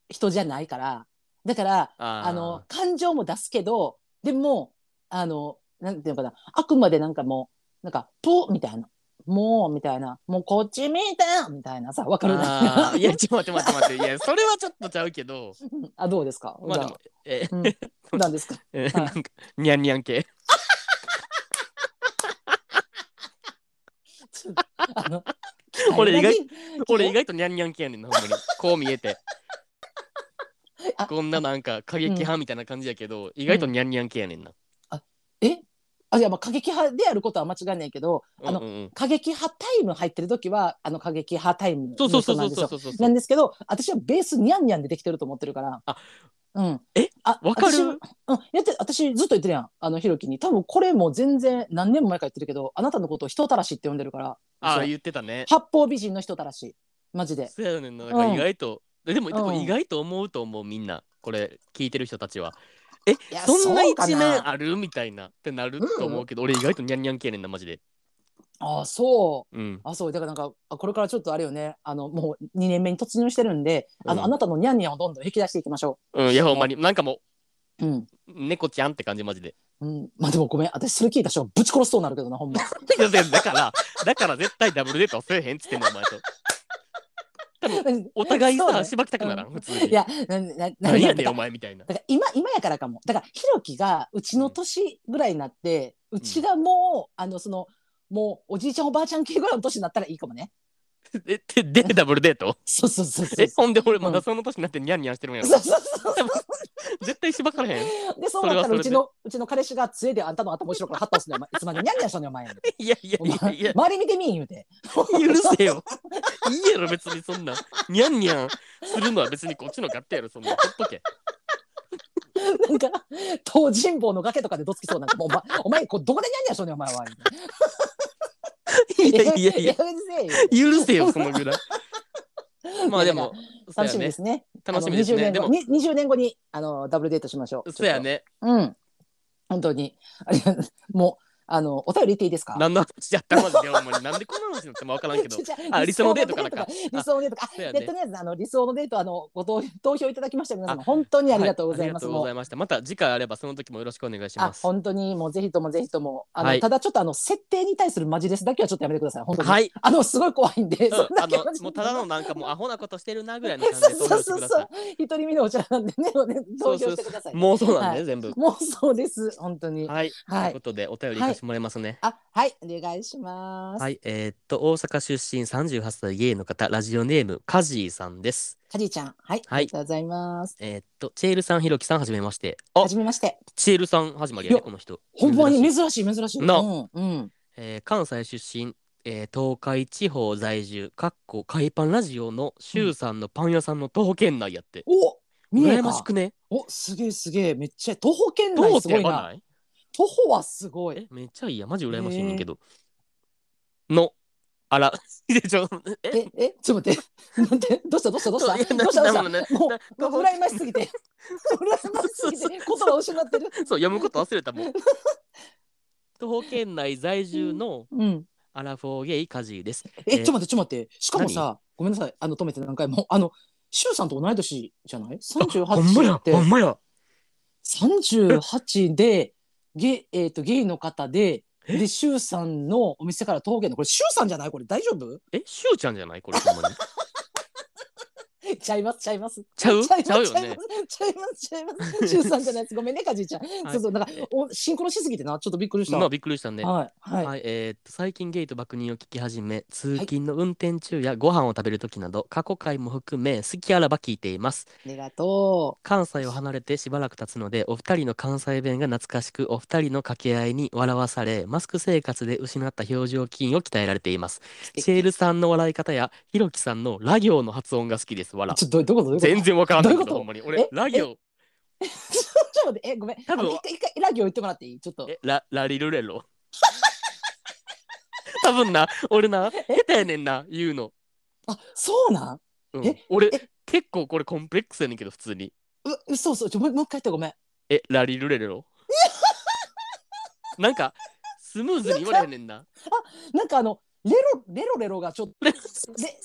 Speaker 2: 人じゃないからだから
Speaker 1: あ
Speaker 2: あの感情も出すけどでもあのなんていうのかなあくまでなんかもうなんか「ぽ」みたいな「もう」みたいな「もうこっち見て」みたいなさわかる
Speaker 1: あ
Speaker 2: な
Speaker 1: ーいやちょっと待って待って待っていやそれはちょっとちゃうけ ど
Speaker 2: うんあどうですか
Speaker 1: まあでもえ
Speaker 2: 普段うん普段 ですか
Speaker 1: えー
Speaker 2: は
Speaker 1: な
Speaker 2: い
Speaker 1: んかニャンニャン 系
Speaker 2: ちょっとあの
Speaker 1: 俺意外
Speaker 2: 嫌いな人
Speaker 1: 俺意外とニャンニャン系やねんなほんまにこう見えて
Speaker 2: あ
Speaker 1: こんななんか過激派みたいな感じやけど、意外とニャンニャン系やねんな、
Speaker 2: えあいやまあ過激派であることは間違いないけど
Speaker 1: うん
Speaker 2: あ
Speaker 1: うん
Speaker 2: の
Speaker 1: うん、
Speaker 2: 過激派タイム入ってる時はあの過激派タイム
Speaker 1: そうそうそう
Speaker 2: の人な
Speaker 1: そ
Speaker 2: ん
Speaker 1: うそう
Speaker 2: ですよ
Speaker 1: そうそう
Speaker 2: なんですけど私はベースニャンニャンでできてると思ってるから
Speaker 1: あ
Speaker 2: うん
Speaker 1: え
Speaker 2: あ
Speaker 1: わかる
Speaker 2: 私はうんやって私ずっと言ってるやんあのひろきに多分これもう全然何年も前から言ってるけどあなたのことを人たらしって呼んでるから
Speaker 1: あ
Speaker 2: そ
Speaker 1: あ
Speaker 2: う
Speaker 1: 言ってたね
Speaker 2: 八方美人の人たらしマジで
Speaker 1: そうやねんなだから
Speaker 2: うん
Speaker 1: 意外と、えでもでも
Speaker 2: うん
Speaker 1: 意外と思うと思うみんなこれ聞いてる人たちはえ
Speaker 2: いや
Speaker 1: そんな
Speaker 2: そうかな
Speaker 1: 一面あるみたいなってなると思うけど、俺意外とニャンニャン系やねんなマジで
Speaker 2: ああそう
Speaker 1: うん
Speaker 2: あそうだからなんかあこれからちょっとあれよねあのもう2年目に突入してるんであの、
Speaker 1: うん
Speaker 2: あなたのニャンニャンをどんどん引き出していきましょ
Speaker 1: うんいやほんまになんかもう
Speaker 2: ううん、
Speaker 1: 猫ちゃんって感じマジで。
Speaker 2: うん、まあでもごめん私それ聞いた人ぶち殺しそうになるけどなほんま
Speaker 1: いやでだ から、だから絶対ダブルデートはせえへんっつってんの、お前と。お互い
Speaker 2: そうね
Speaker 1: さ、しばきたくならん、普通に。
Speaker 2: いやななな
Speaker 1: 何や
Speaker 2: だ
Speaker 1: ねん、
Speaker 2: か
Speaker 1: お前みたいな。
Speaker 2: だから今今やからかもだからひろきがうちの年ぐらいになって、うちがもうあのそのもうおじいちゃんおばあちゃん系ぐらいの年になったらいいかもね
Speaker 1: えってでダブルデート
Speaker 2: そうそうそうそう
Speaker 1: えほんで俺まだその年になってニャンニャンしてるんやろ
Speaker 2: そうそうそう
Speaker 1: 絶対しばか れへん
Speaker 2: で、そうな
Speaker 1: それ
Speaker 2: ったら
Speaker 1: は
Speaker 2: う
Speaker 1: それで
Speaker 2: ちの、うちの彼氏が杖であんたの頭後ろからハッと押すのよ。お前いつまでニャンニャンしたのよ、お前。
Speaker 1: いやいや
Speaker 2: お
Speaker 1: いや
Speaker 2: 前
Speaker 1: いや
Speaker 2: 周り見てみん言うて。
Speaker 1: 許せよいいやろ別にそんなニャンニャンするのは別にこっちの勝手やろそんなほっとけ
Speaker 2: なんか、東尋坊の崖とかでどつきそうなんか、もうお前、お前こうどこでニャンニャンしたのよ、お前は。
Speaker 1: いやいやいや
Speaker 2: やめてせえよ
Speaker 1: 許せよそのぐらいまあでもそう
Speaker 2: 楽
Speaker 1: や
Speaker 2: しみ
Speaker 1: ね
Speaker 2: ですね。
Speaker 1: 楽しみですね
Speaker 2: あ
Speaker 1: で
Speaker 2: の20年後
Speaker 1: も
Speaker 2: に20年後にあのダブルデートしましょう。
Speaker 1: そうやね
Speaker 2: ちょっと。うん。本当に。 ありがとうもう、あの、お便り言っていいですか
Speaker 1: 何の話やったまでよお前なんでこんな話になっても分からんけど
Speaker 2: ちょちょ
Speaker 1: あ理想のデートからか
Speaker 2: 理想のデートか。
Speaker 1: そうや
Speaker 2: で、
Speaker 1: ね
Speaker 2: とりあえず、あの、理想のデート、あの、ご投投票いただきました。皆様、
Speaker 1: あ
Speaker 2: 本当にありがとうございます。
Speaker 1: はありがとう
Speaker 2: も
Speaker 1: ご
Speaker 2: う
Speaker 1: ざいましたまた次回あればその時もよろしくお願いし
Speaker 2: あ
Speaker 1: ます
Speaker 2: 本当にもうぜひともぜひともあの、
Speaker 1: はい
Speaker 2: ただちょっとあの設定に対するマジレスだけはちょっとやめてください本当に、
Speaker 1: はい
Speaker 2: あのすごい怖いんで、
Speaker 1: うん
Speaker 2: そんだ
Speaker 1: あ
Speaker 2: け
Speaker 1: の
Speaker 2: はちょっと
Speaker 1: もうただのなんかもうアホなことしてるなぐらいの感じ
Speaker 2: そう
Speaker 1: で
Speaker 2: そう
Speaker 1: 投票して
Speaker 2: そう
Speaker 1: くだ
Speaker 2: そ
Speaker 1: さ
Speaker 2: う一人目のお茶なんでねおね投票してください
Speaker 1: いもうそうなん
Speaker 2: は
Speaker 1: だ
Speaker 2: い
Speaker 1: ね全部
Speaker 2: もうそうです本当にはい、
Speaker 1: はいということでお便りいかしてもらいますね
Speaker 2: あはいお願いします、
Speaker 1: はい、えーっと、大阪出身38歳ゲイの方、ラジオネーム、カジーさんです。
Speaker 2: カジーちゃんはい、
Speaker 1: はい
Speaker 2: ありがとうございます
Speaker 1: えーっと、チェールさん、ひろきさん、はじめまして。あ
Speaker 2: は、じめまして
Speaker 1: チェールさん、始まりや
Speaker 2: い
Speaker 1: ね、
Speaker 2: や
Speaker 1: この人。
Speaker 2: 本当に
Speaker 1: 珍しい
Speaker 2: 珍しい珍しい
Speaker 1: な
Speaker 2: うん、うん、
Speaker 1: えー関西出身、えー東海地方在住、かっこ、海パンラジオの、シュウさんのパン屋さんの徒歩圏内やって。
Speaker 2: お三重
Speaker 1: 羨
Speaker 2: か
Speaker 1: ましくね。
Speaker 2: おすげえすげえめっちゃ徒歩圏
Speaker 1: 徒歩
Speaker 2: 内
Speaker 1: っ
Speaker 2: す
Speaker 1: て
Speaker 2: ご
Speaker 1: や
Speaker 2: い
Speaker 1: ば
Speaker 2: な
Speaker 1: ない
Speaker 2: 徒歩はすごい
Speaker 1: え、めっちゃいいや、マジ羨ましいねんけど。の、あら、 でちょ、え
Speaker 2: ええちょっと待って 待ってどうしたどうしたどうした
Speaker 1: いや
Speaker 2: どうしたどうした
Speaker 1: なな
Speaker 2: も
Speaker 1: な
Speaker 2: うもう羨ましすぎて羨ましすぎて言葉を失ってる
Speaker 1: そう読むこと忘れた もん。徒歩圏内在住の
Speaker 2: うん
Speaker 1: アラフォーゲイカジーです。え
Speaker 2: え、ちょっと待って、ちょっと待って。しかもさ、ごめんなさい。あの、止めて何回も。あの、シュウさんと同い年じゃない ?38 って。
Speaker 1: まや。
Speaker 2: 38で、ゲ、えっ、と、ゲイの方で、
Speaker 1: え
Speaker 2: で、シュウさんのお店から峠の、これ、シュウさんじゃないこれ、大丈 夫
Speaker 1: え、しゅうちゃんじゃないこれほんまに。
Speaker 2: ちゃいます、ちゃいます。
Speaker 1: ちゃう
Speaker 2: ちゃい
Speaker 1: ちゃ
Speaker 2: ま
Speaker 1: う
Speaker 2: す、
Speaker 1: よ
Speaker 2: ちゃい
Speaker 1: ね。
Speaker 2: ます、ちゃいます、ちゃいます。シュウさんじゃないです。ごめんね、かじいちゃん。そうそう、なんか、おシンクロしすぎてな、ちょっとびっくりした。
Speaker 1: まあびっくりしたね。
Speaker 2: はい、はい。
Speaker 1: はい、えーっと最近ゲイと爆乳を聞き始め通勤の運転中やご飯を食べる時など過去回も含め好きあらば聞いています
Speaker 2: ありがと
Speaker 1: 関西を離れてしばらく経つのでお二人の関西弁が懐かしくお二人の掛け合いに笑わされマスク生活で失った表情筋を鍛えられています
Speaker 2: 敵
Speaker 1: シェールさんの笑い方やひろきさんのラ行の発音が好きですわ
Speaker 2: う。
Speaker 1: ら
Speaker 2: ちょっと、どどういうことどういうこと
Speaker 1: 全然わからんないけど
Speaker 2: ど
Speaker 1: ほんま
Speaker 2: う
Speaker 1: に
Speaker 2: え
Speaker 1: 俺ラ行
Speaker 2: ちょっと待って、え、ごめん。
Speaker 1: 多分
Speaker 2: あの一回、一回、ラギを言ってもらっていいちょっと。
Speaker 1: えララリルレロ 多分な俺な下手やねんな言うの、
Speaker 2: あ、そうなん
Speaker 1: うん
Speaker 2: え
Speaker 1: 俺結構これコンプレックスやねんけど普通に
Speaker 2: う、そうそう、ちょ、もうもう一回言ってごめん。
Speaker 1: えラリルレ ロなんかスムーズに言われへんねんな
Speaker 2: なんかあの、レロ、レロレロがちょっと、で、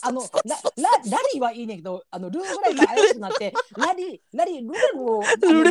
Speaker 2: あの、ラ、ラ、ラリーはいいねんけど、あの、ルーぐらいが怪しく なって、ラリー、ラリー、ルレロ、あの
Speaker 1: ルレロ
Speaker 2: レロ、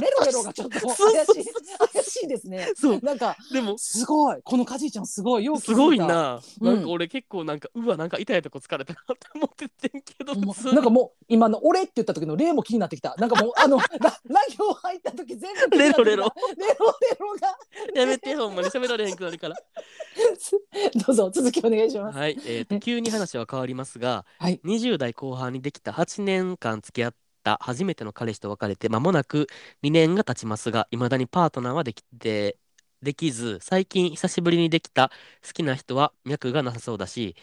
Speaker 2: レロレロがちょっと怪しい、怪しいですね。
Speaker 1: そう
Speaker 2: なんか、
Speaker 1: でも
Speaker 2: すごい、このカジーちゃんすごい、よう気づ
Speaker 1: す
Speaker 2: た
Speaker 1: ごい。な、
Speaker 2: うん
Speaker 1: なんか俺結構なんかうわなんか痛いとこ疲れたなって思っててんけど
Speaker 2: ほんま
Speaker 1: 普通に
Speaker 2: なんかもう今の「俺」って言った時の「例も気になってきたなんかもうあのララ行入った時全部気になってきた
Speaker 1: レロレロ
Speaker 2: レロレロが
Speaker 1: やめてほんまに喋られへんくなるから
Speaker 2: どうぞ続きお願いします。
Speaker 1: はい、えー と急に話は変わりますが、
Speaker 2: はい
Speaker 1: 20代後半にできた8年間付き合った初めての彼氏と別れて間もなく2年が経ちますが、いまだにパートナーはできて、できず、最近久しぶりにできた好きな人は脈がなさそうだし、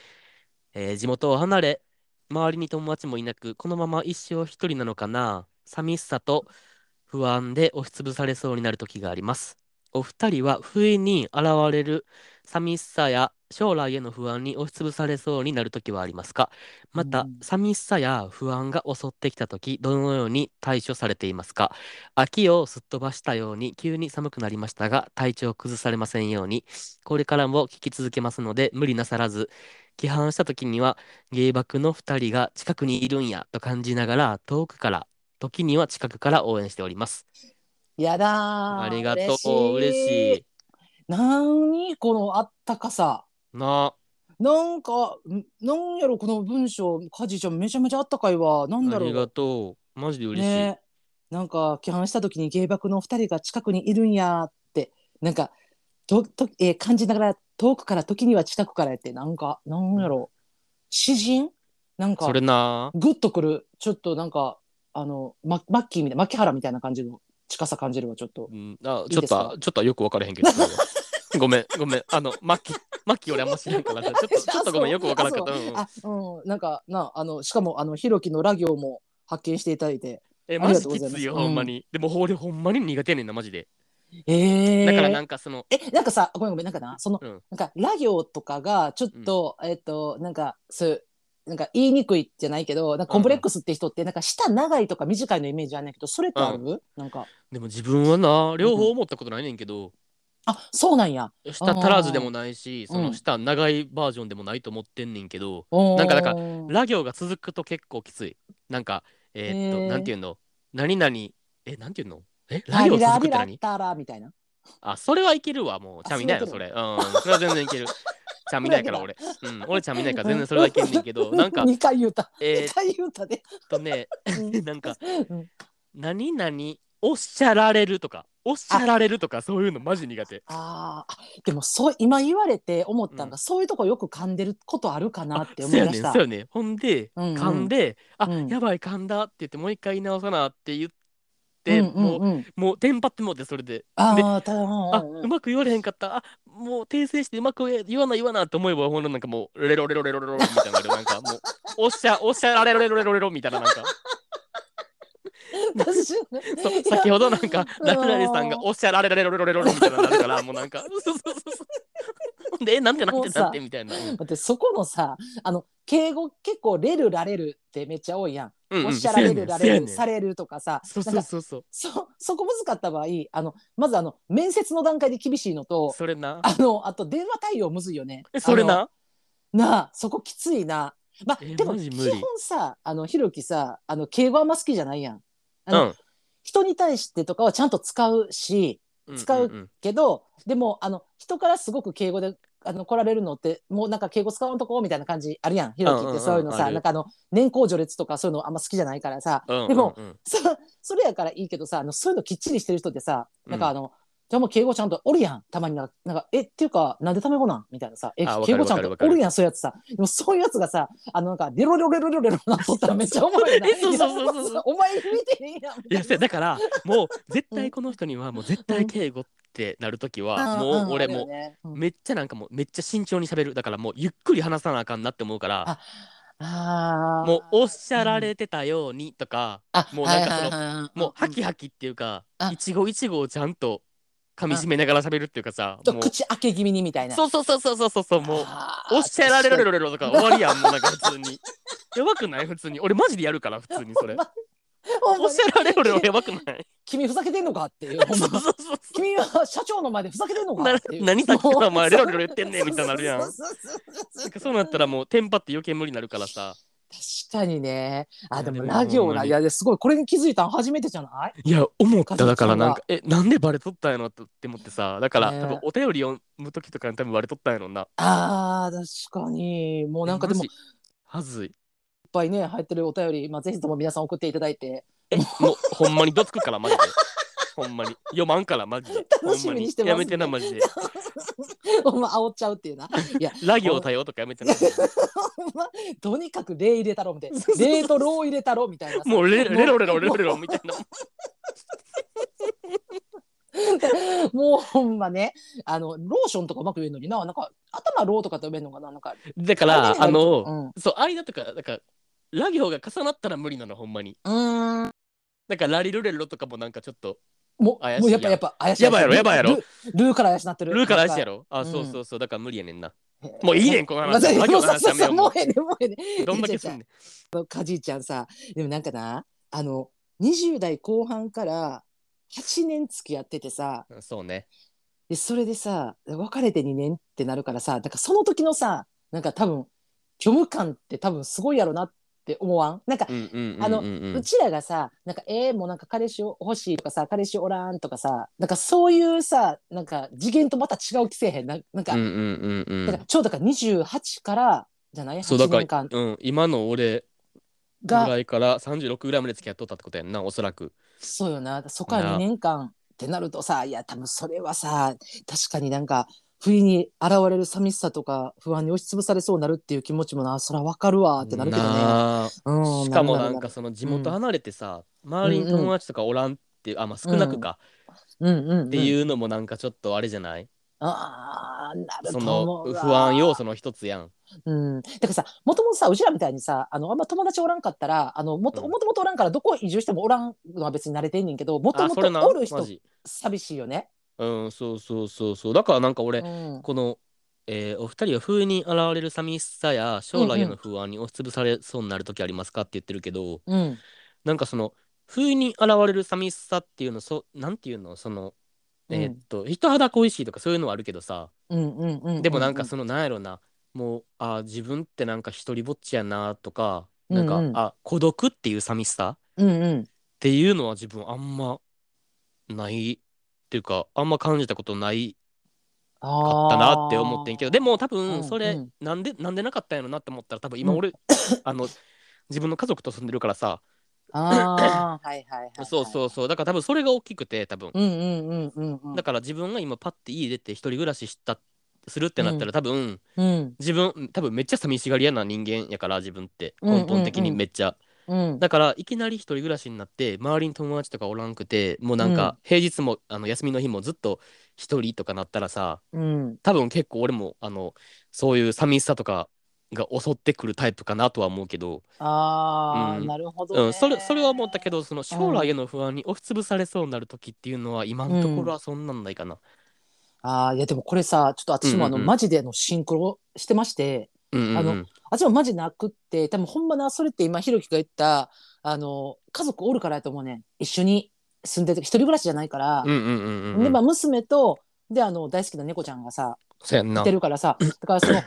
Speaker 1: えー地元を離れ、周りに友達もいなく、このまま一生一人なのかな、寂しさと不安で押しつぶされそうになる時があります。お二人は不意に現れる寂しさや将来への不安に押しつぶされそうになるときはありますかまた、
Speaker 2: うん
Speaker 1: 寂しさや不安が襲ってきたとき、どのように対処されていますか秋をすっ飛ばしたように急に寒くなりましたが、体調を崩されませんように、これからも聞き続けますので、無理なさらず、規範したときには、芸爆の二人が近くにいるんやと感じながら、遠くから、時には近くから応援しております。
Speaker 2: やだー
Speaker 1: ありがとう、嬉しい。
Speaker 2: い。なにこのあったかさ。
Speaker 1: なあ、
Speaker 2: なんかんなんやろこの文章カジちゃんめちゃめちゃあったかいわ。なんだ
Speaker 1: あ
Speaker 2: ろ
Speaker 1: りが
Speaker 2: う。
Speaker 1: とう。マジで嬉しい。
Speaker 2: ねなんか批判した時に芸爆のお二人が近くにいるんやってなんかとと、えー感じながら遠くから時には近くからやってなんかなんやろ詩人なんか
Speaker 1: それな。
Speaker 2: グッとくるちょっとなんかあのママッキーみたいな牧原みたいな感じの近さ感じるわちょっと
Speaker 1: うん、あ
Speaker 2: い
Speaker 1: ちょ
Speaker 2: い
Speaker 1: っ
Speaker 2: ですか
Speaker 1: と、ちょっとよく分からへんけど。 ごめん、ごめん。あの、マッキー、マッキー俺あんま知らんからさ、ちょっ と、ちょっとごめん、よく分からんかった。うん
Speaker 2: あそうあうんなんかなあのしかもあのひろきのラ行も発見していただいて
Speaker 1: え、
Speaker 2: あり
Speaker 1: マ
Speaker 2: が
Speaker 1: ジ
Speaker 2: とうご
Speaker 1: き
Speaker 2: ざいます
Speaker 1: ついよ、
Speaker 2: うん
Speaker 1: ほんまに。でも、俺ほんまに苦手やねんな、マジで。
Speaker 2: ええ
Speaker 1: だからなんかその、
Speaker 2: えなんかさごめんごめんなんかなその、
Speaker 1: うん
Speaker 2: なんかラ行とかがちょっと、えっ、となんかそういうなんか言いにくいじゃないけどなんかコンプレックスって人ってなんか舌長いとか短いのイメージあんねんけどそれってある、なんか
Speaker 1: でも自分はな、両方思ったことないねんけど、
Speaker 2: あそうなんや
Speaker 1: 舌足らずでもないし、そ
Speaker 2: うん
Speaker 1: の舌長いバージョンでもないと思ってんねんけど、
Speaker 2: な
Speaker 1: なんかだからラ行が続くと結構きつい。なんか、えーっ
Speaker 2: へー
Speaker 1: と、なんていうの何々、え、なんていうのえ、ラ
Speaker 2: ラ
Speaker 1: 行
Speaker 2: リラ
Speaker 1: 続くっ
Speaker 2: リ
Speaker 1: て
Speaker 2: ラ
Speaker 1: 何
Speaker 2: タラみたいな
Speaker 1: あ、それはいけるわ、もう。
Speaker 2: あ
Speaker 1: ちゃみないよ、
Speaker 2: そ
Speaker 1: そ
Speaker 2: れ
Speaker 1: れ。うん、それは全然いける。ちゃみないから、
Speaker 2: それ
Speaker 1: 俺。うん、俺ちゃみないから、全然それはいけんねんけ ど、なんか、
Speaker 2: 2回言うた、
Speaker 1: えー
Speaker 2: 2回言うたで、
Speaker 1: えっとね、
Speaker 2: うん
Speaker 1: なんか
Speaker 2: うん、
Speaker 1: 何々、おっしゃられるとか、おっしゃられるとか、そういうのマジ苦手。
Speaker 2: あーあでもそう今言われて思ったのが、
Speaker 1: う
Speaker 2: そういうとこよく噛んでることあるかなって
Speaker 1: そ
Speaker 2: 思
Speaker 1: う
Speaker 2: い
Speaker 1: や
Speaker 2: 出
Speaker 1: ね
Speaker 2: し
Speaker 1: ん、
Speaker 2: た
Speaker 1: そうやねん。ほんで、
Speaker 2: うんうん
Speaker 1: 噛んで、あ、
Speaker 2: うん
Speaker 1: やばい、噛んだって言って、もう一回言い直さなって言って、
Speaker 2: うんうん
Speaker 1: もう、
Speaker 2: うん
Speaker 1: もう、テンパってもうて、それで。
Speaker 2: ああただ
Speaker 1: あ、
Speaker 2: うんうん
Speaker 1: うまく言われへんかった。あ、もう訂正してうまく言わな言わなって思えば、ほんのなんかもう、レロレロレロレロみたいになる。なんかもう、おっしゃ、おっしゃられろレロレロレロみたいな、なんか。
Speaker 2: 私ね
Speaker 1: そう先ほどなんか、
Speaker 2: うん
Speaker 1: 誰々さんがおっしゃられられろれろれろみたいなのになるから、もうなんか、そうそうそうそう。ほんで、えなんてなん
Speaker 2: もう
Speaker 1: て
Speaker 2: さ
Speaker 1: なんてみたいな。うん
Speaker 2: だってそこのさあの敬語結構「レルラレル」ってめっちゃ多いやん、
Speaker 1: うんうん
Speaker 2: おっしゃられるら
Speaker 1: せやね
Speaker 2: れ
Speaker 1: ん
Speaker 2: る
Speaker 1: せや
Speaker 2: されるとかさ
Speaker 1: ねんそう
Speaker 2: な
Speaker 1: そ
Speaker 2: ん
Speaker 1: う
Speaker 2: か
Speaker 1: そうそう。
Speaker 2: そそこ難かった場合あのまずあの面接の段階で厳しいのと
Speaker 1: それな。
Speaker 2: あのあと電話対応むずいよね
Speaker 1: え、それ
Speaker 2: あの
Speaker 1: な。
Speaker 2: なあそこきついなまあ
Speaker 1: え
Speaker 2: でも
Speaker 1: マジ
Speaker 2: 基
Speaker 1: 無理
Speaker 2: 本さあのひろきさあの敬語あんま好きじゃないやんあ
Speaker 1: う
Speaker 2: の、
Speaker 1: ん
Speaker 2: 人に対してとかはちゃんと使うし
Speaker 1: うん。
Speaker 2: 使うん
Speaker 1: ん
Speaker 2: けどでもあの人からすごく敬語であの来られるのってもうなんか敬語使わんとこみたいな感じあるやんひろ
Speaker 1: うん
Speaker 2: きっ
Speaker 1: うんう
Speaker 2: て
Speaker 1: ん
Speaker 2: そういうのさ、
Speaker 1: ある
Speaker 2: なんかあの年功序列とかそういうのあんま好きじゃないからさ、
Speaker 1: うんうんうん
Speaker 2: でも、そそれやからいいけどさあのそういうのきっちりしてる人ってさなんかあの、じゃあもう敬語ちゃんとおるやんたまになんかなんかえっていうかなんでタメ語なんみたいなさえ
Speaker 1: あわか
Speaker 2: 敬
Speaker 1: る
Speaker 2: 語ちゃ
Speaker 1: わ
Speaker 2: ん
Speaker 1: かる
Speaker 2: と
Speaker 1: わか
Speaker 2: お
Speaker 1: る
Speaker 2: るやんそういうやつさでもそういうやつがさあのなんかデロレロレロレロレロなっ とったらめっちゃおもろいな
Speaker 1: えそうそうそうそう
Speaker 2: いやお前見てへんやんみ
Speaker 1: い
Speaker 2: たい
Speaker 1: や、
Speaker 2: な
Speaker 1: せやだから、 もう、絶
Speaker 2: うん
Speaker 1: 対この人には、もう絶対敬語ってなるときは、
Speaker 2: あ
Speaker 1: もう俺
Speaker 2: ある
Speaker 1: も
Speaker 2: よねう
Speaker 1: う、
Speaker 2: ん
Speaker 1: めっちゃなんかもう、めっちゃ慎重に喋る。だからもう、ゆっくり話さなあかんなって思うから、
Speaker 2: あー
Speaker 1: もうおっしゃられてたようにとか、
Speaker 2: あ
Speaker 1: もうなんかその
Speaker 2: はいはいはいはい
Speaker 1: もうハキハキっていうか
Speaker 2: あ
Speaker 1: 一期一会をちゃんと噛み締めながら喋るっていうかさ
Speaker 2: ちょっ
Speaker 1: も
Speaker 2: と口開け気味にみたいうな。
Speaker 1: そうそうそうそうそうそうそうもう
Speaker 2: あー
Speaker 1: おっしゃられるるるとか終わりやんもうなんか普通にやばくない普通に俺マジでやるから普通にそれ
Speaker 2: ほんほんま
Speaker 1: おっ
Speaker 2: に
Speaker 1: しゃられるるやばくない
Speaker 2: 君ふざけてんのかっていう。
Speaker 1: そう
Speaker 2: ほ
Speaker 1: ん そ
Speaker 2: ま
Speaker 1: うそうそう
Speaker 2: 君は社長の前でふざけてんのか
Speaker 1: な
Speaker 2: っていう。
Speaker 1: 何さっきからお前レロレ
Speaker 2: ロ
Speaker 1: ロ言ってんねんみたいになるやん
Speaker 2: そうそうそうそう
Speaker 1: なんかそうなったらもうテンパって余計無理になるからさ
Speaker 2: 確かにね。あ、でも
Speaker 1: いやでも
Speaker 2: ラ行
Speaker 1: ほんま
Speaker 2: な。
Speaker 1: に
Speaker 2: いや、ですごい。これに気づいたの初めてじゃない
Speaker 1: いや思っ
Speaker 2: 風
Speaker 1: た
Speaker 2: 間
Speaker 1: だ
Speaker 2: ちゃ
Speaker 1: か
Speaker 2: んが
Speaker 1: らなんかえなんでバレとったんやろって思ってさだから
Speaker 2: ねえ
Speaker 1: 多分お便り読む時とかに多分バレとったんやろな
Speaker 2: あー、確かに。もうなんかでも、
Speaker 1: マ
Speaker 2: いっ
Speaker 1: ジはずい
Speaker 2: ぱいね、入ってるお便り、まあ、ぜひとも皆さん送っていただいて、
Speaker 1: え、もう、ほんまにどつくから、マ ジで。ほんまに。読まんから、マジで。
Speaker 2: 楽しみにし
Speaker 1: ほ
Speaker 2: てますね
Speaker 1: んまにやめてな、マジで。
Speaker 2: ほんま、煽っちゃうっていうな。いや、
Speaker 1: ラ行対応とかやめ てな。
Speaker 2: ほんまとにかく礼入れたろみたいな礼とロー入れたろみたいなさ
Speaker 1: もうレ、レロレロレロレ
Speaker 2: も
Speaker 1: ロみたいな。
Speaker 2: うもうほんまねあのローションとかうまく言えるのにななんか頭ローとかって読めるのかななんか
Speaker 1: だから、あの、
Speaker 2: の
Speaker 1: そう、間とか、なんか、ラ行が重なったら無理なの、ほんまに。
Speaker 2: うん
Speaker 1: だから、ラリルレロとかもなんかちょっと、
Speaker 2: もう
Speaker 1: 怪しいやん
Speaker 2: もうやっぱやっぱ怪しい
Speaker 1: やばいやろやばいやろ
Speaker 2: ルルーから怪しなってる
Speaker 1: ルーから足や
Speaker 2: ろ
Speaker 1: ろ。あ、
Speaker 2: うん
Speaker 1: そうそうそう、だから無理やねんな。もういいねんこの話ラジ
Speaker 2: も
Speaker 1: オ
Speaker 2: う
Speaker 1: の
Speaker 2: さ
Speaker 1: 話
Speaker 2: さ
Speaker 1: やめよ
Speaker 2: さ
Speaker 1: うも
Speaker 2: も
Speaker 1: う
Speaker 2: うええねんもうええね
Speaker 1: どんだけすんねん。
Speaker 2: かじいちゃんさでもなんかなあの20代後半から8年付き合っててさ
Speaker 1: うんそうね。
Speaker 2: でそれでさ別れて2年ってなるからさだからその時のさなんか多分虚無感って多分すごいやろなって思わんなんか
Speaker 1: う、んうんうんうんうん。
Speaker 2: あのうちらがさなんかえー、もうなんか彼氏欲しいとかさ彼氏おらんとかさなんかそういうさなんか次元とまた違う気せえへんなんなんか,、
Speaker 1: うんうんうんう
Speaker 2: だから
Speaker 1: ん。
Speaker 2: ちょうどだから28からじゃない
Speaker 1: そう、だ
Speaker 2: 8
Speaker 1: から
Speaker 2: 年間、
Speaker 1: うん、今の俺ぐ
Speaker 2: が
Speaker 1: らいから36ぐらいまで付き合っとったってことやんな、おそらく。
Speaker 2: そうよなそこから2
Speaker 1: な
Speaker 2: 年間ってなるとさいや多分それはさ確かになんか不意に現れる寂しさとか不安に押しつぶされそうになるっていう気持ちもなそらわかるわってなるけどね。
Speaker 1: なあ
Speaker 2: うん、
Speaker 1: しかも
Speaker 2: る
Speaker 1: な
Speaker 2: る
Speaker 1: ん
Speaker 2: る
Speaker 1: かその地元離れてさ、周りに友達とかおらんって、あまあ少なくか
Speaker 2: うんうんうん、
Speaker 1: っていうのもなんかちょっとあれじゃない、
Speaker 2: ああなる
Speaker 1: そ
Speaker 2: と思
Speaker 1: の
Speaker 2: うわ
Speaker 1: 不安要素の一つやん。
Speaker 2: うん、だからさもともとさうちらみたいにさあのあんま友達おらんかったらあのもと
Speaker 1: うん
Speaker 2: もともとおらんからどこ移住してもおらんのは別に慣れてんねんけどもと
Speaker 1: あ
Speaker 2: も
Speaker 1: そ
Speaker 2: と
Speaker 1: れな
Speaker 2: おる
Speaker 1: マ
Speaker 2: 人
Speaker 1: ジ。
Speaker 2: 寂しいよね。
Speaker 1: うんそうそうそうそうだからなんか俺、
Speaker 2: うん
Speaker 1: この、えーお二人は不意に現れる寂しさや将来への不安に押しつぶされそうになる時ありますかって言ってるけど
Speaker 2: うん
Speaker 1: なんかその不意に現れる寂しさっていうのそなんていうのそのえーっと、人肌恋しいとかそういうのはあるけどさ
Speaker 2: うんうんうんうん
Speaker 1: でもなんかそのなんやろなもうあー自分ってなんか一人ぼっちやなとかなんか、
Speaker 2: うんうん
Speaker 1: あ孤独っていう寂しさっ
Speaker 2: うんうん
Speaker 1: ていうのは自分あんまないっていうかあんま感じたことないか
Speaker 2: あ
Speaker 1: った
Speaker 2: ー
Speaker 1: なって思ってんけどでも多
Speaker 2: うん
Speaker 1: 分それ、
Speaker 2: うん
Speaker 1: なんでなんでなかったんやろなって思ったら多分今
Speaker 2: うん
Speaker 1: 俺、あの自分の家族と住んでるからさ
Speaker 2: あーはいはいはい、はい、
Speaker 1: そうそうそうだから多分それが大きくて多分、
Speaker 2: うんうんうんうんうん
Speaker 1: だから自分が今パッて家出て一人暮らししたするってなったら多分
Speaker 2: うん
Speaker 1: 自分多分めっちゃ寂しがり屋な人間やから自分って
Speaker 2: うんうんうん
Speaker 1: 根本的にめっちゃ、
Speaker 2: うん
Speaker 1: だからいきなり一人暮らしになって周りに友達とかおらんくてもうなんか平日もあの休みの日もずっと一人とかなったらさ、
Speaker 2: うん
Speaker 1: 多分結構俺もあのそういう寂しさとかが襲ってくるタイプかなとは思うけど、
Speaker 2: ああ、
Speaker 1: うん
Speaker 2: なるほど、ね
Speaker 1: うん、それそれは思ったけどその将
Speaker 2: うん
Speaker 1: 来への不安に押しつぶされそうになる時っていうのは今のところはそんなんないかな。
Speaker 2: ああいやでもこれさちょっと私もあの、
Speaker 1: うんうんうん
Speaker 2: マジであのシンクロしてまして
Speaker 1: うんうんうん
Speaker 2: あの私もマジなくって多分ほんまなそれって今ひろきが言ったあの家族おるからやと思うねん一緒に住んでて一人暮らしじゃないから、
Speaker 1: うんうんうんうんうん
Speaker 2: でまあ娘とであの大好きな猫ちゃんがさ
Speaker 1: そうやん
Speaker 2: い
Speaker 1: な
Speaker 2: て。るか らさだからその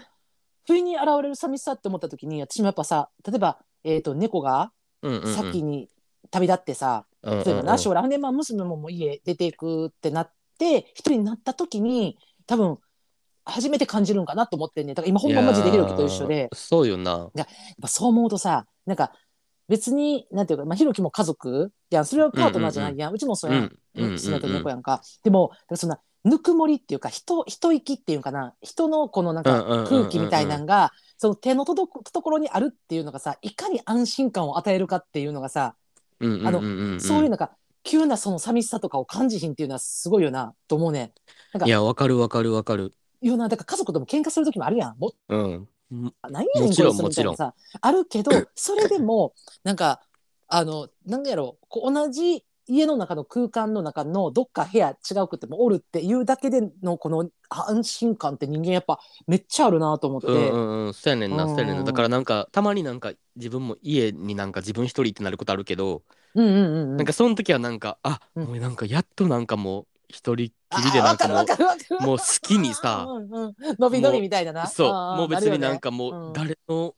Speaker 2: 不意に現れる寂しさって思った時に私もやっぱさ例えば、えー、と猫が
Speaker 1: うんうんうん
Speaker 2: 先に旅立ってさ、
Speaker 1: うんうんうん
Speaker 2: 例えばな将来ほんでまあ娘ももう家出ていくってなって一人になった時に多分初めて感じるんかなと思ってんねんだから今ほんまマジでひろきと一緒で
Speaker 1: いや。ーそうよな。
Speaker 2: やっぱそう思うとさなんか別になんていうか、まあ、ひろきも家族いやそれはパートナーじゃないやん、うちもそう
Speaker 1: う
Speaker 2: や
Speaker 1: ん
Speaker 2: ん、
Speaker 1: うんうん
Speaker 2: 住んでた
Speaker 1: うん
Speaker 2: 猫やんか、でもだからそんなぬくもりっていうか人人息っていうかな人のこのなん
Speaker 1: うんうんうんうん
Speaker 2: か
Speaker 1: うん
Speaker 2: 空気みたいなんが、その手の届くところにあるっていうのがさいかに安心感を与えるかっていうのがさ、
Speaker 1: うんうんうん
Speaker 2: あの
Speaker 1: うんうん
Speaker 2: そういうなんか急なその寂しさとかを感じひんっていうのはすごいよなと思うねが
Speaker 1: いやわかるわかるわかる。
Speaker 2: よなだから家族とも喧嘩する時もあるやんも
Speaker 1: うん。
Speaker 2: 何やねん
Speaker 1: もちろん
Speaker 2: こいつみたいな
Speaker 1: もち
Speaker 2: さあるけどそれでもなんかあのなんやろうこう同じ家の中の空間の中のどっか部屋違うくてもおるっていうだけでのこの安心感って人間やっぱめっちゃあるなと思って、
Speaker 1: うんうんうんそうやねんな
Speaker 2: うんうん
Speaker 1: そうやねんなだからなんかたまになんか自分も家になんか自分一人ってなることあるけど、
Speaker 2: うんうんうんう
Speaker 1: なんかその時はなんかあ、
Speaker 2: うん
Speaker 1: もうなんかやっとなんかもう一人っ
Speaker 2: あ
Speaker 1: きりでなんか
Speaker 2: ー
Speaker 1: も
Speaker 2: わ
Speaker 1: う
Speaker 2: かるわかるわかる
Speaker 1: もう好きにさ
Speaker 2: うんうん伸び伸びみたいなな
Speaker 1: そう
Speaker 2: あー
Speaker 1: もう別になんか
Speaker 2: なる
Speaker 1: もう
Speaker 2: よね
Speaker 1: 誰の、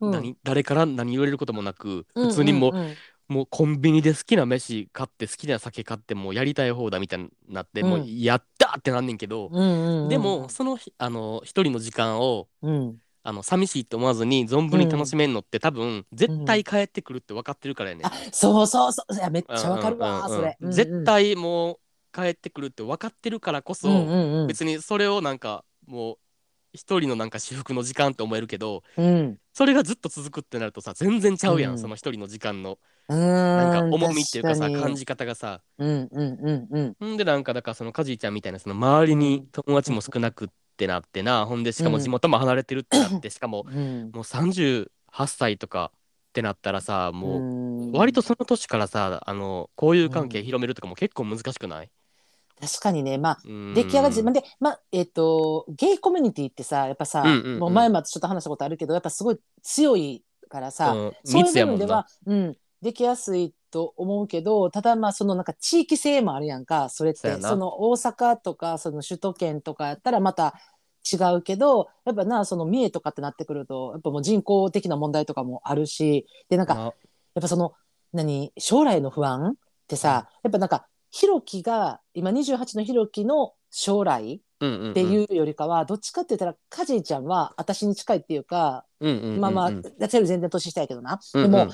Speaker 2: うん
Speaker 1: 何誰から何言われることもなく
Speaker 2: うん
Speaker 1: 普通にもう,、
Speaker 2: うんうん
Speaker 1: もうコンビニで好きな飯買って好きな酒買ってもうやりたい方だみたいになって、もううんやったってなんねんけど、
Speaker 2: うんうんうん
Speaker 1: でもその日あの一人の時間を
Speaker 2: うん
Speaker 1: あの寂しいって思わずに存分に楽しめんのって多分絶対帰ってくるって分かってるからやねん
Speaker 2: あそうそうそういやめっちゃわかる
Speaker 1: う
Speaker 2: わ
Speaker 1: んうんう
Speaker 2: そ
Speaker 1: ん
Speaker 2: れうんうん
Speaker 1: 絶対もう帰ってくるって分かってるからこそ、
Speaker 2: うんうんうん
Speaker 1: 別にそれをなんかもう一人のなんか私服の時間って思えるけど
Speaker 2: うん
Speaker 1: それがずっと続くってなるとさ全然ちゃうやん、
Speaker 2: うん
Speaker 1: その一人の時間の
Speaker 2: な
Speaker 1: なんか重みっていうかさ感
Speaker 2: じ。
Speaker 1: じ方がさ
Speaker 2: うんうんうんうん。
Speaker 1: んでなんかだからそのカジーちゃんみたいなその周り
Speaker 2: う
Speaker 1: に
Speaker 2: ん
Speaker 1: 友達も少なくってなってな、ほんでしかも
Speaker 2: うん
Speaker 1: 地元も離れてるってなってしかも
Speaker 2: うん
Speaker 1: もう38歳とかってなったらさもう。
Speaker 2: うん
Speaker 1: 割とその年からさあの交友関係広めるとかも結構難しくない、
Speaker 2: 確かにねまあ
Speaker 1: うん
Speaker 2: 出来上がりでまあでまあえっ、とゲイコミュニティってさやっぱさ、
Speaker 1: うんうんうん
Speaker 2: もう前もちょっと話したことあるけどやっぱすごい強いからさ、
Speaker 1: うん
Speaker 2: そういう
Speaker 1: 密や
Speaker 2: 部
Speaker 1: も
Speaker 2: 分
Speaker 1: ん
Speaker 2: で
Speaker 1: な
Speaker 2: は、うん、できやすいと思うけどただまあそのなんか地域性もあるやんかそれっ
Speaker 1: そうや
Speaker 2: てそ
Speaker 1: な
Speaker 2: の大阪とかその首都圏とかやったらまた違うけどやっぱなその三重とかってなってくるとやっぱもう人口的な問題とかもあるしでなんか
Speaker 1: な
Speaker 2: やっぱその何将来の不安ってさ、やっぱなんかひろきが今28のひろきの将来
Speaker 1: うんうんうん
Speaker 2: っていうよりかは、どっちかって言ったらかじいちゃんは私に近いっていうか、
Speaker 1: うんうんうんうん
Speaker 2: まあまあやつより全然年下やけどな、
Speaker 1: うんうん
Speaker 2: でも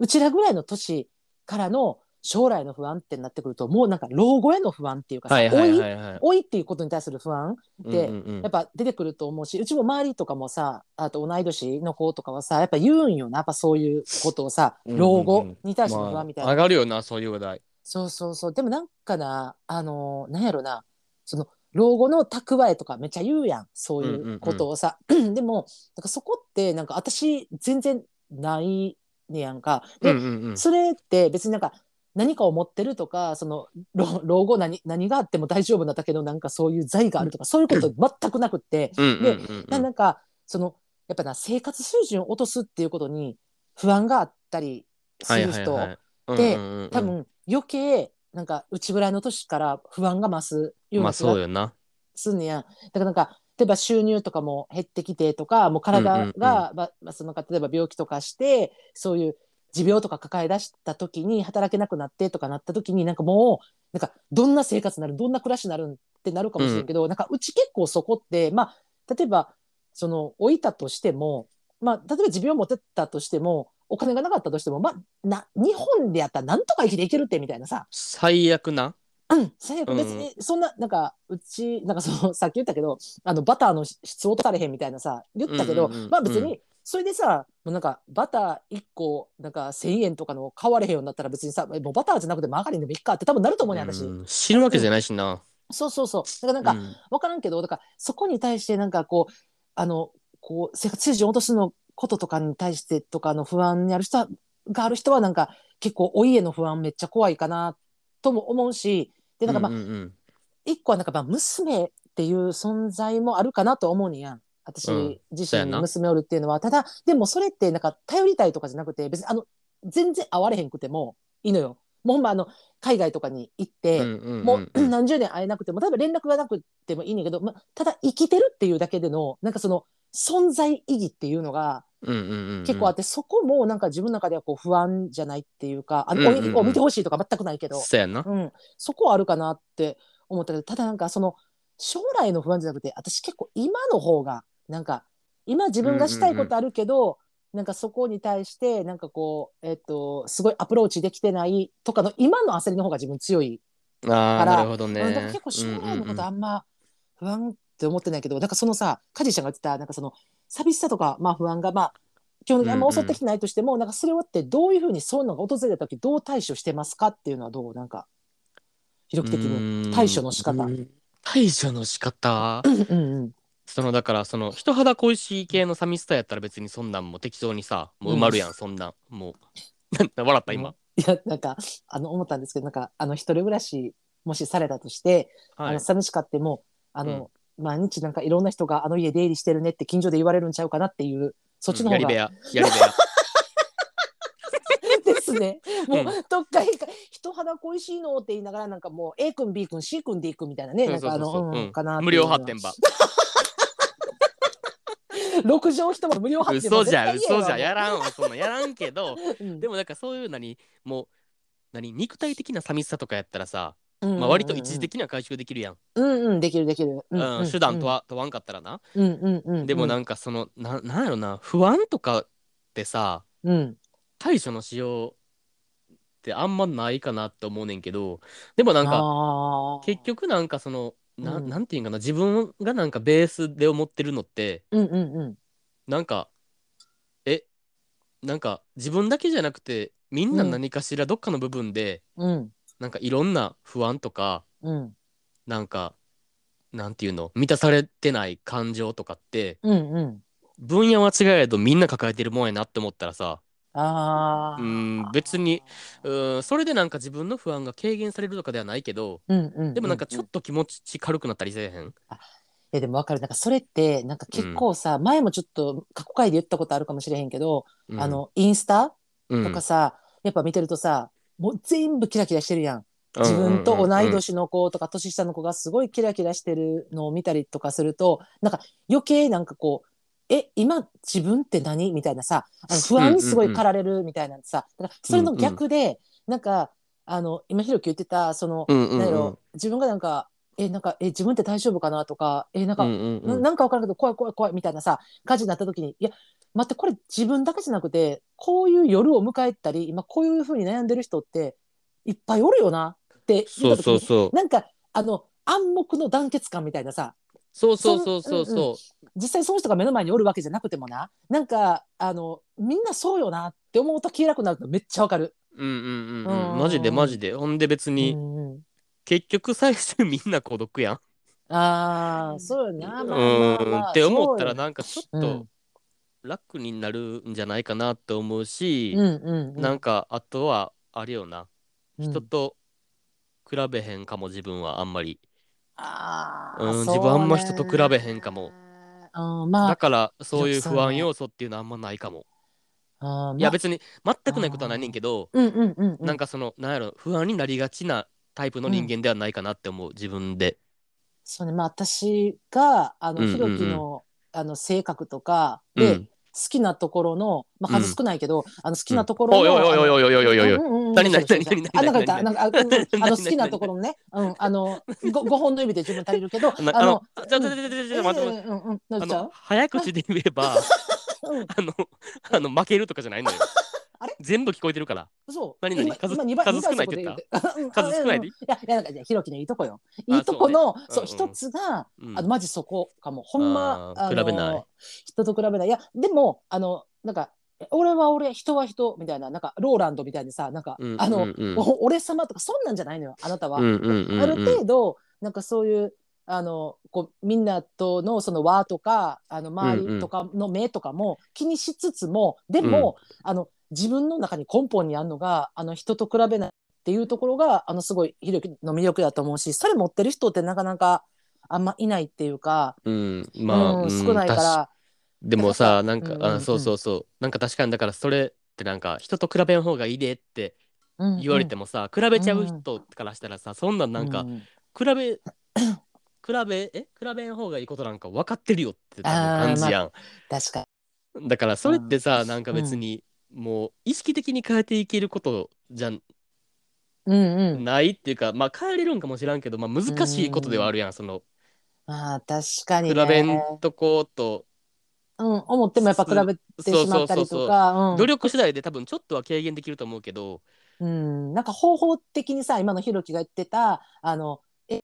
Speaker 2: うちらぐらいの年からの将来の不安ってなってくるともうなんか老後への不安っていうかさ、
Speaker 1: はいはいは
Speaker 2: 老い
Speaker 1: いはい。
Speaker 2: 老いっていうことに対する不安で
Speaker 1: うんうんうん
Speaker 2: やっぱ出てくると思うしうちも周りとかもさあと同い年の子とかはさやっぱ言うんよなやっぱそういうことをさ
Speaker 1: うんうん
Speaker 2: 老後に対しての不
Speaker 1: まあ
Speaker 2: 安みたいな、
Speaker 1: 上がるよな、そういう話題。
Speaker 2: そうそうそうでもなんかなあのなんやろなその老後の蓄えとかめっちゃ言うやんそういうことをさ、でもなんかそこってなんか私全然ないねやんか。
Speaker 1: う
Speaker 2: で
Speaker 1: んうんうん。
Speaker 2: それって別になんか何かを持ってるとかその老老後何何があっても大丈夫なだけどなんかそういう財があるとかそういうこと全くなくって、
Speaker 1: うんうん
Speaker 2: で
Speaker 1: うん
Speaker 2: ななんかそのやっぱな生活水準を落とすっていうことに不安があったりする人、
Speaker 1: はいはいはい
Speaker 2: で
Speaker 1: うんうんうんうん
Speaker 2: 多分余計なんかうちぐらいの年から不安が増すよ
Speaker 1: ま
Speaker 2: うな
Speaker 1: あ
Speaker 2: 気が
Speaker 1: そうよな。
Speaker 2: すんねやん。だからなんか例えば収入とかも減ってきてとかもう体が、
Speaker 1: うんうんうん
Speaker 2: まあまあ、そのなんか例えば病気とかしてそういう持病とか抱え出した時に働けなくなってとかなった時になんかもうなんかどんな生活になるどんな暮らしになるんってなるかもしれんけど、なんかうち結構そこってまあ例えばその老いたとしても、まあ、例えば持病持ってたとしてもお金がなかったとしても、まあ、な日本でやったらなんとか生きていけるってみたいなさ
Speaker 1: 最悪な。
Speaker 2: うん、最悪
Speaker 1: うん
Speaker 2: 別にそんな、なんかうちなんかそのさっき言ったけどあのバターの質落とされへんみたいなさ言ったけど、
Speaker 1: うんうんうん
Speaker 2: まあ別にそれでさもうなんかバター1個なんか1,000円とかの買われへんようになったら別にさもうバターじゃなくてマーガリンでもいいかって多分なると思うねん私、
Speaker 1: うん死ぬわけじゃないしな。
Speaker 2: そうそうそうだからなんか、
Speaker 1: うん
Speaker 2: 分からんけどだからそこに対してなんかこうあのこう生活水準を落とすのこととかに対してとかの不安にある人はがある人はなんか結構老いへの不安めっちゃ怖いかなとも思うしでなんかまあ、
Speaker 1: うんうんうん
Speaker 2: 一個はなんかまあ娘っていう存在もあるかなと思うにやん私
Speaker 1: うん
Speaker 2: 自
Speaker 1: そう
Speaker 2: 身
Speaker 1: や
Speaker 2: に
Speaker 1: な
Speaker 2: 娘おるっていうのは、ただでもそれってなんか頼りたいとかじゃなくて別にあの全然会われへんくてもいいのよもうほんまあの海外とかに行って、
Speaker 1: うんうんうん
Speaker 2: もう 何十年会えなくても多分連絡がなくてもいいねんだけど、まあ、ただ生きてるっていうだけでのなんかその存在意義っていうのが
Speaker 1: うんうんうんうん
Speaker 2: 結構あって、そこもなんか自分の中ではこう不安じゃないっていうかあの、
Speaker 1: うんうんうん
Speaker 2: お見てほしいとか全くないけど、
Speaker 1: そうやな。
Speaker 2: うん、そこはあるかなって思ったけどただなんかその将来の不安じゃなくて私結構今の方がなんか今自分がしたいことあるけど、なんかそこに対してなんかこう、えっとすごいアプローチできてないとかの今の焦りの方が自分強い
Speaker 1: ああ、
Speaker 2: から
Speaker 1: なるほどね。
Speaker 2: うん、だから結構将来のことあんま不安って思ってないけど、なんかそのさカジちゃんが言ってたなんかその寂しさとか、まあ、不安がまあ基本的にあんま襲ってきてないとしても、なんかそれはってどういうふうにそういうのが訪れた時どう対処してますかっていうのはどうなんか比較的に。
Speaker 1: に
Speaker 2: 対処の仕方
Speaker 1: 対処の仕方
Speaker 2: うんうん
Speaker 1: そのだからその人肌恋しい系の寂しさやったら別にそんなんもう適当にさもう埋まるやん、そんなんもう なんだ笑った今、
Speaker 2: いやなんかあの思ったんですけどなんかあの一人暮らしもしされたとして、
Speaker 1: は
Speaker 2: あ
Speaker 1: い
Speaker 2: の寂しかってもあの、毎日なんかいろんな人があの家出入りしてるねって近所で言われるんちゃうかなっていうそっちの
Speaker 1: や
Speaker 2: 方
Speaker 1: り
Speaker 2: が
Speaker 1: 部屋やり部屋
Speaker 2: ですね。もう、
Speaker 1: うん
Speaker 2: どっかいか人肌恋しいのって言いながらなんかもう A 君 B 君 C 君 D 君みたいなねなんかあ
Speaker 1: そうそうそう
Speaker 2: の
Speaker 1: そう
Speaker 2: うんか なっていう
Speaker 1: 無料発展場
Speaker 2: 六畳一間無料発展
Speaker 1: 嘘じゃ嘘じゃ
Speaker 2: や
Speaker 1: やらんわそんなんやらんけどで
Speaker 2: でも、
Speaker 1: もなんかそういうなにもう何肉体的な寂しさとかやったらさ、
Speaker 2: うんうん
Speaker 1: まあ、割と一時的には回収できるやん、
Speaker 2: うんうんできるできる、
Speaker 1: う
Speaker 2: うんんうん、
Speaker 1: 手段問わ問わんかったらな、
Speaker 2: うんうんうん
Speaker 1: でもなんんかそのななんやろな不安とかってさ
Speaker 2: うん
Speaker 1: 対処のしようってあんまないかなって思うねんけどでもなんか
Speaker 2: か
Speaker 1: 結局なんかそのな,、、
Speaker 2: うんん
Speaker 1: なんていうんかな自分がなんかベースで思ってるのって
Speaker 2: うんうんうん
Speaker 1: なんかえなんか自分だけじゃなくてみんな
Speaker 2: うん
Speaker 1: 何かしらどっかの部分で、
Speaker 2: うん
Speaker 1: なんかいろんな不安とか
Speaker 2: うん
Speaker 1: なんかなんていうの満たされてない感情とかって
Speaker 2: うんうん
Speaker 1: 分野は違えどみんな抱えてるもんやなって思ったらさ
Speaker 2: あー
Speaker 1: うん別にうーんそれでなんか自分の不安が軽減されるとかではないけど
Speaker 2: うんうんうんうん
Speaker 1: でもなんかちょっと気持ち軽くなったりせえへん
Speaker 2: えでもわかるなんかそれってなんか結構さ、前もちょっと過去回で言ったことあるかもしれへんけど、
Speaker 1: うん
Speaker 2: あのインスタ
Speaker 1: うん
Speaker 2: とかさ、やっぱ見てるとさもう全部キラキラしてるやん
Speaker 1: うん
Speaker 2: 自分と同
Speaker 1: うん
Speaker 2: い年の子とか年下の子がすごいキラキラしてるのを見たりとかするとなんか余計なんかこうえ今自分って何みたいなさあの不安にすごい駆られるみたいなさだからそれの逆で、なんかあの今ひろき言ってたその、
Speaker 1: うんうん
Speaker 2: なん
Speaker 1: う
Speaker 2: やろ自分がなんかえなんかえ自分って大丈夫かなとかえなんか、
Speaker 1: んうん
Speaker 2: ななんか分からんけど怖い怖い怖いみたいなさ火事になった時にいや待ってこれ自分だけじゃなくてこういう夜を迎えたり今こういうふうに悩んでる人っていっぱいおるよなって言
Speaker 1: そ
Speaker 2: っ
Speaker 1: う
Speaker 2: た時に
Speaker 1: そうそう。
Speaker 2: なんかあの暗黙の団結感みたいなさ
Speaker 1: そうそうそうそうそ
Speaker 2: 実際その人が目の前におるわけじゃなくてもななんかあのみんなそうよなって思うと消えなくなるのめっちゃわかる。
Speaker 1: う。うんうんう
Speaker 2: うんん
Speaker 1: う。
Speaker 2: うんん
Speaker 1: マジでマジで。ほんで別に、
Speaker 2: うんうん
Speaker 1: 結局最終みんな孤独やん。
Speaker 2: ああそうよな、まあまあ
Speaker 1: うん。
Speaker 2: まあ
Speaker 1: って思ったら
Speaker 2: そうよ
Speaker 1: なんかちょ
Speaker 2: う
Speaker 1: っと
Speaker 2: ん
Speaker 1: 楽になるんじゃないかなって思うし
Speaker 2: う、んうんうん
Speaker 1: なんかあとはあれよな。
Speaker 2: うん
Speaker 1: 人と比べへんかも自分はあんまり。
Speaker 2: あー
Speaker 1: うん
Speaker 2: そうね
Speaker 1: 自分あんま人と比べへんかも
Speaker 2: うんま
Speaker 1: だ
Speaker 2: あ
Speaker 1: からそうい
Speaker 2: よ
Speaker 1: う
Speaker 2: くそうね
Speaker 1: 不安要素っていうのはあんまないかも。
Speaker 2: あー
Speaker 1: いや
Speaker 2: まあ
Speaker 1: 別に全くないことはないねんけど、
Speaker 2: うんうんうんうん
Speaker 1: なんかそのなんやろ不安になりがちなタイプの人間ではないかなって思う自分で。
Speaker 2: そうねまあ私があの、
Speaker 1: うんうんうん
Speaker 2: ひろきのあの性格とか
Speaker 1: う
Speaker 2: で、
Speaker 1: ん。
Speaker 2: 好きなところの、まあ、
Speaker 1: うん
Speaker 2: 数少ないけど、あの好き
Speaker 1: う
Speaker 2: なんところ
Speaker 1: おい
Speaker 2: の。
Speaker 1: おいおいおいおいおいおいおいおい。
Speaker 2: い
Speaker 1: 何何何何
Speaker 2: あ、なんか言った、
Speaker 1: 何
Speaker 2: なんか、あうんうんあの
Speaker 1: 何
Speaker 2: 好きなところのね、うん、あの、ご、五本の指で十分足りるけど、
Speaker 1: な
Speaker 2: あ
Speaker 1: あの
Speaker 2: の。、
Speaker 1: あちょちょちょちょちょ待って待って。
Speaker 2: うんうんうん、な
Speaker 1: あ
Speaker 2: っちゃ
Speaker 1: の
Speaker 2: う。
Speaker 1: 早口で言えばあのあの負けるとかじゃないのよ。
Speaker 2: あれ
Speaker 1: 全部聞こえてるから。
Speaker 2: そう。
Speaker 1: 何々
Speaker 2: 今
Speaker 1: 数
Speaker 2: 今二倍
Speaker 1: 数
Speaker 2: 二倍
Speaker 1: 少ないって言っ
Speaker 2: そこで言うてうん
Speaker 1: 数少ないで
Speaker 2: うんうんいや、いや、なんか、いやひろきのいいとこよ。
Speaker 1: あ
Speaker 2: いいとこの、
Speaker 1: そ
Speaker 2: そうう、
Speaker 1: ね
Speaker 2: 一、
Speaker 1: うんうん
Speaker 2: つが、
Speaker 1: うん
Speaker 2: あの、マジそこかも、ほんま、
Speaker 1: あー
Speaker 2: あの
Speaker 1: 比べない。
Speaker 2: 人と比べない、いや、でも、あの、なんか。俺は俺、人は人みたいな、なんかローランドみたいにさ、なんか、
Speaker 1: うん
Speaker 2: あの、
Speaker 1: うんうん
Speaker 2: お俺様とか、そんなんじゃないのよ、あなたは。
Speaker 1: うんうんうんうん
Speaker 2: ある程度なんかそういうあのこうみんなとのその輪とかあの周りとかの目とかも気にしつつも、でも、あの自分の中に根本にあるのがあの人と比べないっていうところがあのすごいひろきの魅力だと思うしそれ持ってる人ってなかなかあんまいないっていうか、
Speaker 1: うん、まあ、う
Speaker 2: う、
Speaker 1: んん
Speaker 2: 少ないか
Speaker 1: 確
Speaker 2: ら。
Speaker 1: でもさ、なんか、
Speaker 2: うんうんう
Speaker 1: あ、
Speaker 2: ん
Speaker 1: そうそうそう。なんか確かに、だからそれってなんか、人と比べん方がいいでって
Speaker 2: うん
Speaker 1: 言われてもさ、比べちゃう人からしたらさ、そんなんなん
Speaker 2: う
Speaker 1: か、
Speaker 2: ん
Speaker 1: 比べ、 比べ、え比べん方がいいことなんか分かってるよって多分
Speaker 2: あー
Speaker 1: 感じやん。
Speaker 2: 確かに
Speaker 1: だからそれってさ、なんか別
Speaker 2: うん
Speaker 1: に、もう意識的に変えていけることじゃ
Speaker 2: うんうん
Speaker 1: ないっていうか、まあ変えれるんかもしらんけど、まあ難しいことではあるやん、その、
Speaker 2: まあ確かに、
Speaker 1: 比
Speaker 2: ね、
Speaker 1: べんとこと、
Speaker 2: うん、思ってもやっぱ比べて
Speaker 1: そう
Speaker 2: し
Speaker 1: そ
Speaker 2: ま
Speaker 1: うそ
Speaker 2: った
Speaker 1: う
Speaker 2: り
Speaker 1: そ
Speaker 2: と
Speaker 1: う。
Speaker 2: かうん
Speaker 1: 努力次第で多分ちょっとは軽減できると思うけど、
Speaker 2: うん、なんか方法的にさ今のひろきが言ってたあのえっ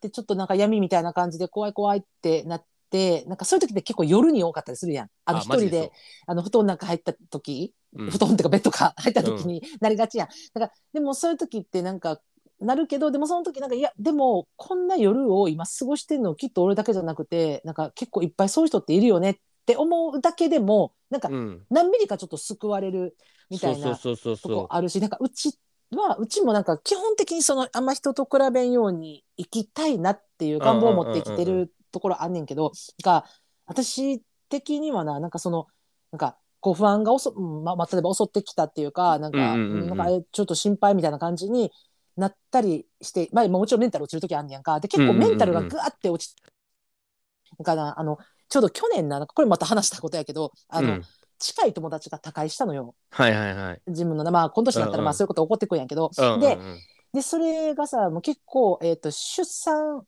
Speaker 2: てちょっとなんか闇みたいな感じで怖い怖いってなってなんかそういう時って結構夜に多かったりするやんあの一
Speaker 1: マジ
Speaker 2: 人で
Speaker 1: そ
Speaker 2: あの布団なんか入った時、
Speaker 1: ううん
Speaker 2: 布団ってかベッドか入った時になりがちやん、だからでもそういう時ってなんかなるけどでもその時なんかいやでもこんな夜を今過ごしてるのきっと俺だけじゃなくてなんか結構いっぱいそういう人っているよねって思うだけでもなんか
Speaker 1: うん
Speaker 2: 何ミリかちょっと救われるみたいな。
Speaker 1: そうそうそう
Speaker 2: と
Speaker 1: そう
Speaker 2: こ
Speaker 1: そ
Speaker 2: あるしなんかうちはうちもなんか基本的にそのあんま人と比べんように生きたいなっていう願望を持ってきて
Speaker 1: うんうんうんう
Speaker 2: るところあんねんけどが私的にはななんかそのなんかこう不安が襲うんままあ、例えば襲ってきたっていうかなんか,、
Speaker 1: うんうんうんうん
Speaker 2: なんかあれちょっと心配みたいな感じになったりして、まあ、もちろんメンタル落ちる時あんねやんかで結構メンタルがぐわって落ち、なんかなあのちょうど去年ななんかこれまた話したことやけどあ
Speaker 1: う
Speaker 2: の、
Speaker 1: ん
Speaker 2: 近い友達が他界したのよ。
Speaker 1: はいはいはい。
Speaker 2: 自分のなまあ今年になっ
Speaker 1: うん
Speaker 2: た
Speaker 1: う
Speaker 2: ら
Speaker 1: ん
Speaker 2: まあそういうこと起こってくるんやけど、
Speaker 1: うん
Speaker 2: で
Speaker 1: うんうん
Speaker 2: でそれがさもう結構、えー、と出産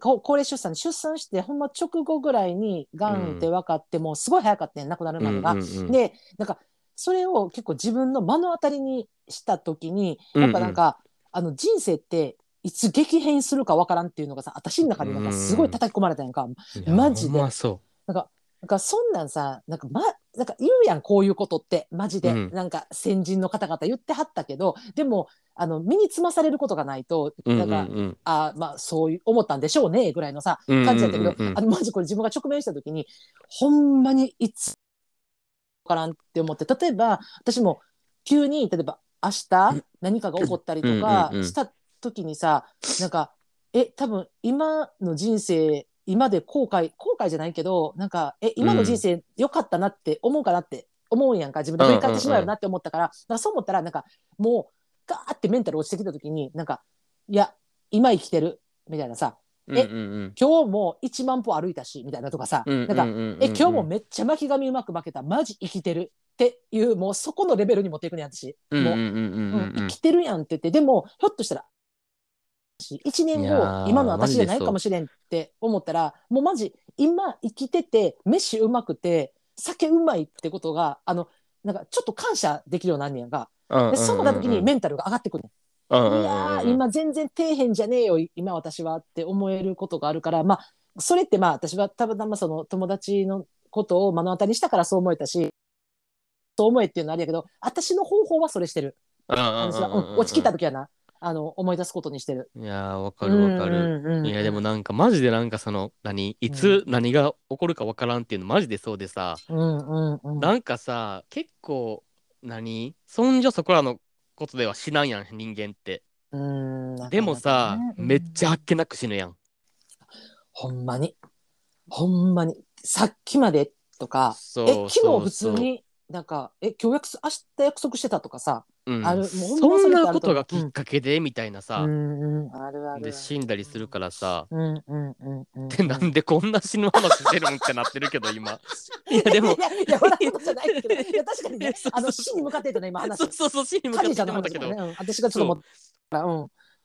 Speaker 2: こ高齢出産出産してほんま直後ぐらいにがんって分かって、もうすごい早かったね亡くなるまでが。
Speaker 1: うんうんうん
Speaker 2: でなんかそれを結構自分の目の当たりにした時にやっぱなんか、あの人生っていつ激変するか分からんっていうのがさ私の中でなんかすごい叩き込まれたやんか。
Speaker 1: いや
Speaker 2: マジで
Speaker 1: ほんまそ
Speaker 2: なんかそんなんさなんか,、ま、なんか言うやんこういうことってマジで、
Speaker 1: うん
Speaker 2: なんか先人の方々言ってはったけどでもあの身につまされることがないと
Speaker 1: う。うん
Speaker 2: な
Speaker 1: うんん
Speaker 2: か、
Speaker 1: うん
Speaker 2: あーまあそういう思ったんでしょうねぐらいのさ
Speaker 1: うんうん
Speaker 2: 感じだったけど、
Speaker 1: うんうん
Speaker 2: あのマジこれ自分が直面した時にほんまにいつわからんって思って例えば私も急に例えば明日何かが起こったりと
Speaker 1: う
Speaker 2: か
Speaker 1: んうんうん
Speaker 2: した時にさ、なんかえ多分今の人生今で後悔後悔じゃないけどなんかえ今の人生良かったなって思うかなって思うんやんか自分で振り返ってしまうよなって思ったから、なんかそう思ったらなんかもうガーってメンタル落ちてきた時になんかいや今生きてるみたいなさ
Speaker 1: うんうん
Speaker 2: 今日も1万歩歩いたしみたいなとかさ、
Speaker 1: うん。
Speaker 2: なんか、え今日も
Speaker 1: も
Speaker 2: めっちゃ巻き髪うまく巻けたマジ生きてるっていうもうそこのレベルに持っていくねん私、
Speaker 1: うん
Speaker 2: も
Speaker 1: う
Speaker 2: う、
Speaker 1: んうんうんう
Speaker 2: うん生
Speaker 1: ん
Speaker 2: きてるやんって言ってでもひょっとしたら1年
Speaker 1: いや
Speaker 2: 後
Speaker 1: ー
Speaker 2: 今の私じゃな
Speaker 1: マジで
Speaker 2: い
Speaker 1: そう
Speaker 2: かもしれんって思ったらもうマジ今生きてて飯うまくて酒うまいってことがあのなんかちょっと感謝できるようになんねやんか。
Speaker 1: うんうん
Speaker 2: でそうなった時にメンタルが上がってくるねん。
Speaker 1: うんうんうん
Speaker 2: いや
Speaker 1: うん
Speaker 2: ー今全然底辺じゃねえよ今私はって思えることがあるからまあそれってまあ私はたまたまその友達のことを目の当たりにしたからそう思えたしそう思えっていうのはあれやけど私の方法はそれしてる私は、うん落ちきった時はなあの思い出すことにしてる。
Speaker 1: いやーわかるわかる。
Speaker 2: うんうんうん
Speaker 1: いやでもなんかマジでなんかその何いつ何が起こるかわからんっていうのマジでそうでさ
Speaker 2: うんうんうん
Speaker 1: なんかさ結構何そんじょそこらのことでは死なんやん人間って
Speaker 2: うんなかなか
Speaker 1: で
Speaker 2: ね
Speaker 1: もさ
Speaker 2: うん
Speaker 1: めっちゃあっけなく死ぬやん
Speaker 2: ほんまにほんまにさっきまでとか
Speaker 1: そう
Speaker 2: え昨
Speaker 1: そう
Speaker 2: 日普通
Speaker 1: そう
Speaker 2: になんかえ今日約束明日約束してたとかさ
Speaker 1: うん
Speaker 2: あるもう
Speaker 1: そ
Speaker 2: ほんまそ
Speaker 1: ん
Speaker 2: れって
Speaker 1: な
Speaker 2: あ
Speaker 1: こと
Speaker 2: る
Speaker 1: と
Speaker 2: 思
Speaker 1: が
Speaker 2: う
Speaker 1: きっかけでみたいなさ
Speaker 2: うんうん、あるあるある。
Speaker 1: で死んだりするからさ
Speaker 2: うんうんうんうん。
Speaker 1: でなんでこんな死ぬ話してるんってなってるけど 今いやでも
Speaker 2: いや、いや、笑うことじゃないけど、いや、確かに
Speaker 1: いや
Speaker 2: ね
Speaker 1: そう、
Speaker 2: あの、
Speaker 1: そう
Speaker 2: 死に向かってたね、今話
Speaker 1: そう。そうそう死に向かっ
Speaker 2: 神
Speaker 1: て
Speaker 2: 社
Speaker 1: た
Speaker 2: の
Speaker 1: んだ
Speaker 2: 話
Speaker 1: け
Speaker 2: だ
Speaker 1: ど
Speaker 2: ね、うん私がちょっと思ったら、うん。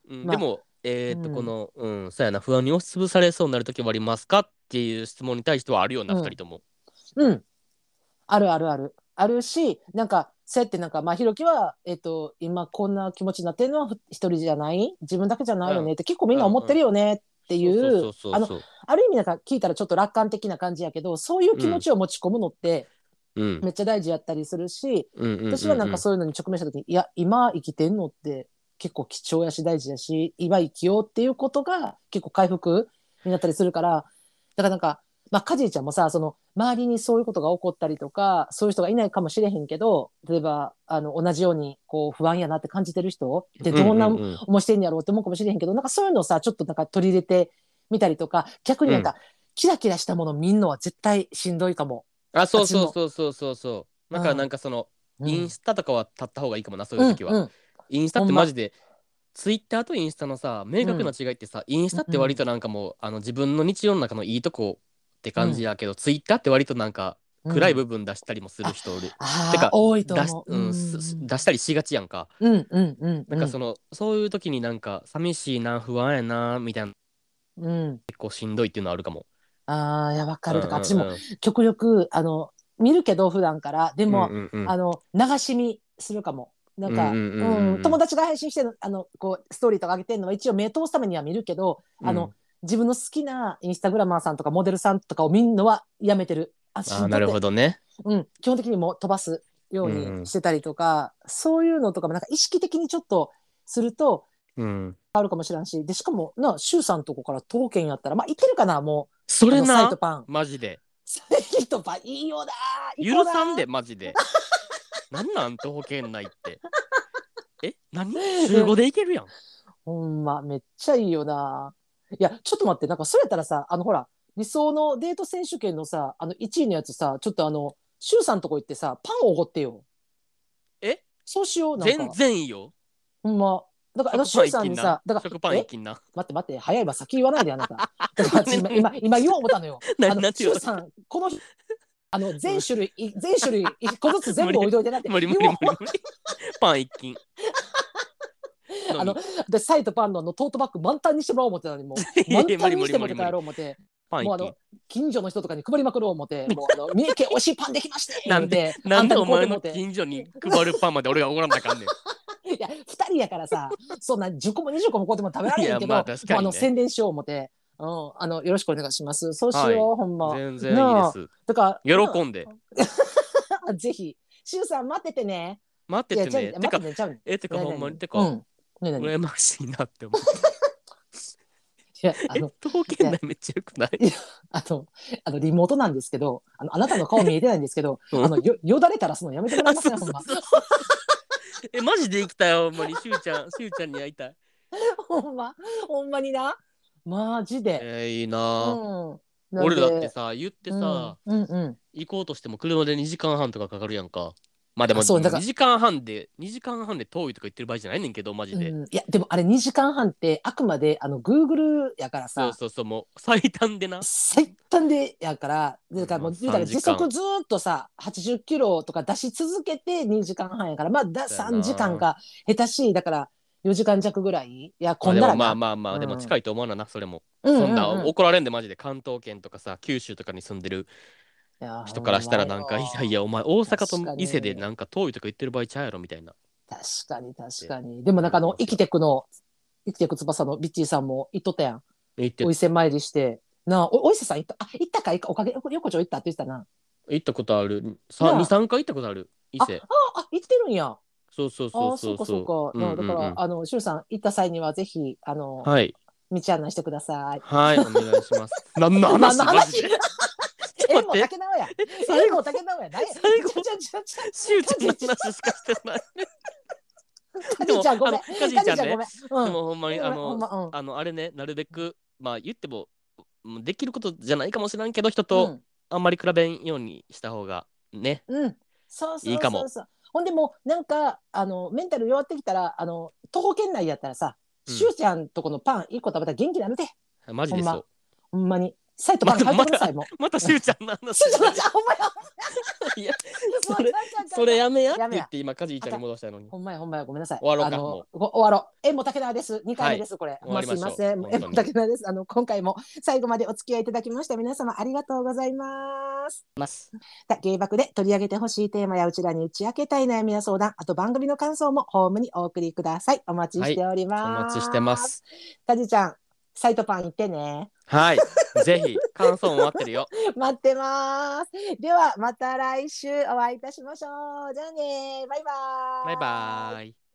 Speaker 1: うん
Speaker 2: ま
Speaker 1: で
Speaker 2: あ
Speaker 1: も、えーっと、
Speaker 2: うん
Speaker 1: この、うん、そうやな、不安に押しつぶされそうになるときはありますかっていう質問に対してはあるような、
Speaker 2: うん
Speaker 1: 二人とも。
Speaker 2: うん。あるあるある。あるし、なんか、そうやってなんか、まあ、ひろきは、えっ、と、今こんな気持ちになってるのはふ一人じゃない自分だけじゃないよねって、結構みんな思ってるよねってい
Speaker 1: そうう、そうそ
Speaker 2: あ
Speaker 1: う
Speaker 2: の
Speaker 1: そう。
Speaker 2: ある意味なんか聞いたらちょっと楽観的な感じやけど、そういう気持ちを持ち込むのって
Speaker 1: うん、
Speaker 2: めっちゃ大事やったりするし、
Speaker 1: うん、うん。
Speaker 2: 私はなんか
Speaker 1: う
Speaker 2: そういうのに直面した時に、いや今生きてんのって結構貴重やし大事やし今生きようっていうことが結構回復になったりするからだからなんか、まあ、カジーちゃんもさその周りにそういうことが起こったりとかそういう人がいないかもしれへんけど例えばあの同じようにこう不安やなって感じてる人って
Speaker 1: ん
Speaker 2: どんな
Speaker 1: うううん
Speaker 2: 思いしてんやろうって思うかもしれへんけどなんかそういうのをさちょっとなんか取り入れてみたりとか逆になんか、キラキラしたもの見んのは絶対しんどいかも。
Speaker 1: あ、そうそう
Speaker 2: 私も
Speaker 1: そうそうそうそう。だから、
Speaker 2: うん
Speaker 1: なんかその、
Speaker 2: うん
Speaker 1: インスタとかは立った方がいいかもな、そういう時は。
Speaker 2: うんうん
Speaker 1: インスタっ
Speaker 2: ほ
Speaker 1: て
Speaker 2: んま
Speaker 1: マジで、ツイッターとインスタのさ、明確な違いってさ、インスタって割となんかもう、あの、自分の日常の中のいいとこって感じやけど、ツイッターって割となんか、
Speaker 2: うん
Speaker 1: 暗い部分出したりもする人おる。
Speaker 2: あ
Speaker 1: て
Speaker 2: ー
Speaker 1: か
Speaker 2: 多いと
Speaker 1: 出し
Speaker 2: 思う。
Speaker 1: うんすす出したりしがちやんか。
Speaker 2: うんうんうん
Speaker 1: なんかその、そういう時になんか寂しいな不安やなみたいな
Speaker 2: うんうん
Speaker 1: 結構しんどいっていうのはあるかも。
Speaker 2: ああいやわかるだ
Speaker 1: う
Speaker 2: から
Speaker 1: ん
Speaker 2: 私
Speaker 1: うんうん
Speaker 2: も極力あの見るけど普段からでも、
Speaker 1: うんうんうん
Speaker 2: あの流し見するかもなんか、
Speaker 1: う
Speaker 2: うんん
Speaker 1: うんうんうん
Speaker 2: 友達が配信してるあのこうストーリーとか上げてるのは一応目通すためには見るけど、あの自分の好きなインスタグラマーさんとかモデルさんとかを見るのはやめてるあ
Speaker 1: あーなるほ
Speaker 2: ど、
Speaker 1: どね。
Speaker 2: うん、基本的にもう飛ばすよ
Speaker 1: う
Speaker 2: う
Speaker 1: んうん
Speaker 2: にしてたりとか、そういうのとかもなんか意識的にちょっとすると
Speaker 1: うん、
Speaker 2: あるかもしれんしでしかもな柊さんとこから刀剣やったらまあいけるかなもう
Speaker 1: それ
Speaker 2: あのサイ
Speaker 1: な
Speaker 2: トパン
Speaker 1: マジで
Speaker 2: サイトパンいいよだー
Speaker 1: 許さんでマジで。 なんなん徒歩圏内って。え何中5でいけるやん。
Speaker 2: ほんまめっちゃいいよないやちょっと待ってなんかそれやったらさあのほら理想のデート選手権のさあの1位のやつさちょっとあの柊さんとこ行ってさパンをおごってよ
Speaker 1: え
Speaker 2: そうしようなんか
Speaker 1: 全然いいよ。
Speaker 2: ほんまだからあの
Speaker 1: 食パン
Speaker 2: 柊
Speaker 1: 一
Speaker 2: さん
Speaker 1: 斤
Speaker 2: に
Speaker 1: な
Speaker 2: さだ。から
Speaker 1: 食パン
Speaker 2: え
Speaker 1: 一斤な。
Speaker 2: 待って待って早いわ先言わないであなた だから私今今今言おう思ったのよ
Speaker 1: な
Speaker 2: あの
Speaker 1: なんて言おう
Speaker 2: 周さんこの日あの全種類い全種類一個ずつ全部置いといてなっ て
Speaker 1: 無理無理無理無理。パン一斤。
Speaker 2: あのでサイとパンのあのトートバッグ満タンにしてもらおう思ってたのにもう
Speaker 1: いや
Speaker 2: 満
Speaker 1: いや無
Speaker 2: タ
Speaker 1: 理
Speaker 2: ン
Speaker 1: 無
Speaker 2: に
Speaker 1: 理
Speaker 2: して
Speaker 1: 無
Speaker 2: も
Speaker 1: 理
Speaker 2: ら
Speaker 1: 無理
Speaker 2: 帰ろう思って
Speaker 1: パン
Speaker 2: もう
Speaker 1: 一
Speaker 2: あ
Speaker 1: 斤
Speaker 2: の。近所の人とかに配りまくろう思ってもう あの三重県おしいパンできまして
Speaker 1: なんで
Speaker 2: 言うて
Speaker 1: なんで
Speaker 2: あ
Speaker 1: お
Speaker 2: たにこう
Speaker 1: 前
Speaker 2: と思
Speaker 1: の
Speaker 2: って
Speaker 1: 近所に配るパンまで俺がおごらんなあかんねん。
Speaker 2: いや二人やからさそんな10個も20個もこうでも食べられへん
Speaker 1: い
Speaker 2: け
Speaker 1: や
Speaker 2: ど
Speaker 1: まあ確かにね
Speaker 2: もうあの宣伝しよう思って、うん、あのよろしくお願いしますそうしよう、
Speaker 1: はい
Speaker 2: ほ んま
Speaker 1: 全然いい
Speaker 2: な
Speaker 1: で
Speaker 2: あ
Speaker 1: す。
Speaker 2: だから
Speaker 1: 喜んで。
Speaker 2: なあぜひしゅうさん待っててね
Speaker 1: 待っててね
Speaker 2: い。や
Speaker 1: て
Speaker 2: ちゃう
Speaker 1: か、
Speaker 2: ねんちゃうねん
Speaker 1: え、てか、
Speaker 2: 何
Speaker 1: ほ
Speaker 2: 々
Speaker 1: んまに。て
Speaker 2: う
Speaker 1: か、
Speaker 2: ん何々
Speaker 1: 羨ましいなって思う。
Speaker 2: いやあ
Speaker 1: え
Speaker 2: の、
Speaker 1: 東京内めっちゃよくない
Speaker 2: いやあの、あの、リモートなんですけど、あの、あなたの顔見えてないんですけど、
Speaker 1: うん
Speaker 2: あの、よ、よだれたらすのやめてもらえ
Speaker 1: あ
Speaker 2: ま
Speaker 1: そ
Speaker 2: せん、
Speaker 1: うそ
Speaker 2: ほん
Speaker 1: う
Speaker 2: ま。
Speaker 1: そう え、マジで行きたい、ほんまに。しゅうちゃん、しゅうちゃんに会いたい。
Speaker 2: ほんま、ほんまにな。マジで。
Speaker 1: えー、いいうなぁ。
Speaker 2: ん。
Speaker 1: 俺らだってさ、言って
Speaker 2: なんで、
Speaker 1: さ、
Speaker 2: うん、うん、うん。
Speaker 1: 行こうとしても車で2時間半とかかかるやんか。まあでも、
Speaker 2: あそうだから
Speaker 1: 2時間半で、2時間半で遠いとか言ってる場合じゃないねんけど、マジで。
Speaker 2: うんいや、でもあれ2時間半って、あくまで、あの、Google やから
Speaker 1: そう
Speaker 2: さ、
Speaker 1: そうそう、もう最短でな。
Speaker 2: 最短でやから、だからも
Speaker 1: う
Speaker 2: う、
Speaker 1: ん
Speaker 2: 言うたら
Speaker 1: 三時間
Speaker 2: 時速ずーっとさ、80キロとか出し続けて2時間半やから、まあ、だ
Speaker 1: だよな
Speaker 2: 3時間か、下手しい、だから、4時間弱ぐらいいや、 こ
Speaker 1: まあ
Speaker 2: ん
Speaker 1: で
Speaker 2: なら
Speaker 1: も
Speaker 2: な
Speaker 1: まあまあまあ、でも
Speaker 2: うん
Speaker 1: 近いと思わなな、それも。
Speaker 2: ううう
Speaker 1: そんな怒られんでマジで関東圏とかさ九州とかに住んでる
Speaker 2: や
Speaker 1: 人からしたらなんか、いやいや、お前大阪
Speaker 2: 確
Speaker 1: と
Speaker 2: かに
Speaker 1: 伊勢でなんか遠いとか言ってる場合ちゃうやろみたいな。
Speaker 2: 確かに確かにでもなんかあの生きてくの生きてく翼のビッチーさんも言っとったやん
Speaker 1: 言って
Speaker 2: お伊勢参りしてなあおお伊勢さん行ったあ行ったか行ったおかげ横丁行ったって言ってたな
Speaker 1: 行ったことある。
Speaker 2: な
Speaker 1: さ
Speaker 2: あ
Speaker 1: 二三回行ったことある。伊勢。
Speaker 2: ああ行ってるんや
Speaker 1: そうそう
Speaker 2: あ
Speaker 1: そ
Speaker 2: あ
Speaker 1: うそ
Speaker 2: そううかそうか
Speaker 1: うん
Speaker 2: なあだから、
Speaker 1: うんうん
Speaker 2: あのしゅうさん行った際にはぜひあの、
Speaker 1: はい
Speaker 2: 道案内してください
Speaker 1: はいお願いします。何の話？
Speaker 2: 何の
Speaker 1: マジ
Speaker 2: 話
Speaker 1: で
Speaker 2: ち
Speaker 1: ょっと待って
Speaker 2: 竹縄や。
Speaker 1: 最
Speaker 2: 最
Speaker 1: 後
Speaker 2: 後竹縄や。何や
Speaker 1: 最後
Speaker 2: ちゃちゃちゃち
Speaker 1: しゅうちゃんの話しかしてない。で
Speaker 2: ゃ。で
Speaker 1: も
Speaker 2: ちゃんごめん。
Speaker 1: あのかじいちゃんね
Speaker 2: かじいごめん。
Speaker 1: で
Speaker 2: うん。
Speaker 1: もほんまにあ
Speaker 2: ごめんほん
Speaker 1: の
Speaker 2: まうん
Speaker 1: あのあれねなるべくまあ言ってもうんできることじゃないかもしれんけど人とあんまり比べんようにした方がね。
Speaker 2: うん。うん。そうそうそうそう。
Speaker 1: いいかも
Speaker 2: ほんでもうなんかあのメンタル弱ってきたらあの徒歩圏内やったらさ、
Speaker 1: うん
Speaker 2: しゅうちゃんとこのパン一個食べたら元気になるで。
Speaker 1: マジで
Speaker 2: ほん
Speaker 1: そう。
Speaker 2: ほんまに。サイトパン買ってくださいもう。
Speaker 1: またしゅうちゃんの話
Speaker 2: しゅうち。ゃんほんまや。
Speaker 1: いや
Speaker 2: そう
Speaker 1: それ
Speaker 2: ちゃんちゃんちゃん
Speaker 1: それやめやって
Speaker 2: やめ
Speaker 1: 言
Speaker 2: や
Speaker 1: って今カジイちゃんに戻したのに。
Speaker 2: ほんまやほんまやごめんなさい。
Speaker 1: 終わろうか
Speaker 2: あの
Speaker 1: も
Speaker 2: ご終わろう。えもう竹縄です。二回目です、これ。
Speaker 1: 終わりましょう
Speaker 2: あすいません。
Speaker 1: 本当
Speaker 2: え
Speaker 1: に
Speaker 2: もう竹縄です。あの今回も最後までお付き合いいただきました皆様ありがとうございます。
Speaker 1: ます。
Speaker 2: だ芸爆で取り上げてほしいテーマやうちらに打ち明けたい悩みや相談、あと番組の感想もホームにお送りください。お待ちしており
Speaker 1: お
Speaker 2: ます。
Speaker 1: 待ちしてます。。
Speaker 2: たじちゃん、サイトパン行ってね。
Speaker 1: はい。ぜひ感想も待ってるよ。
Speaker 2: 待ってます。ではまた来週お会いいたしましょう。じゃあね。バイバイ。
Speaker 1: バイバーイ。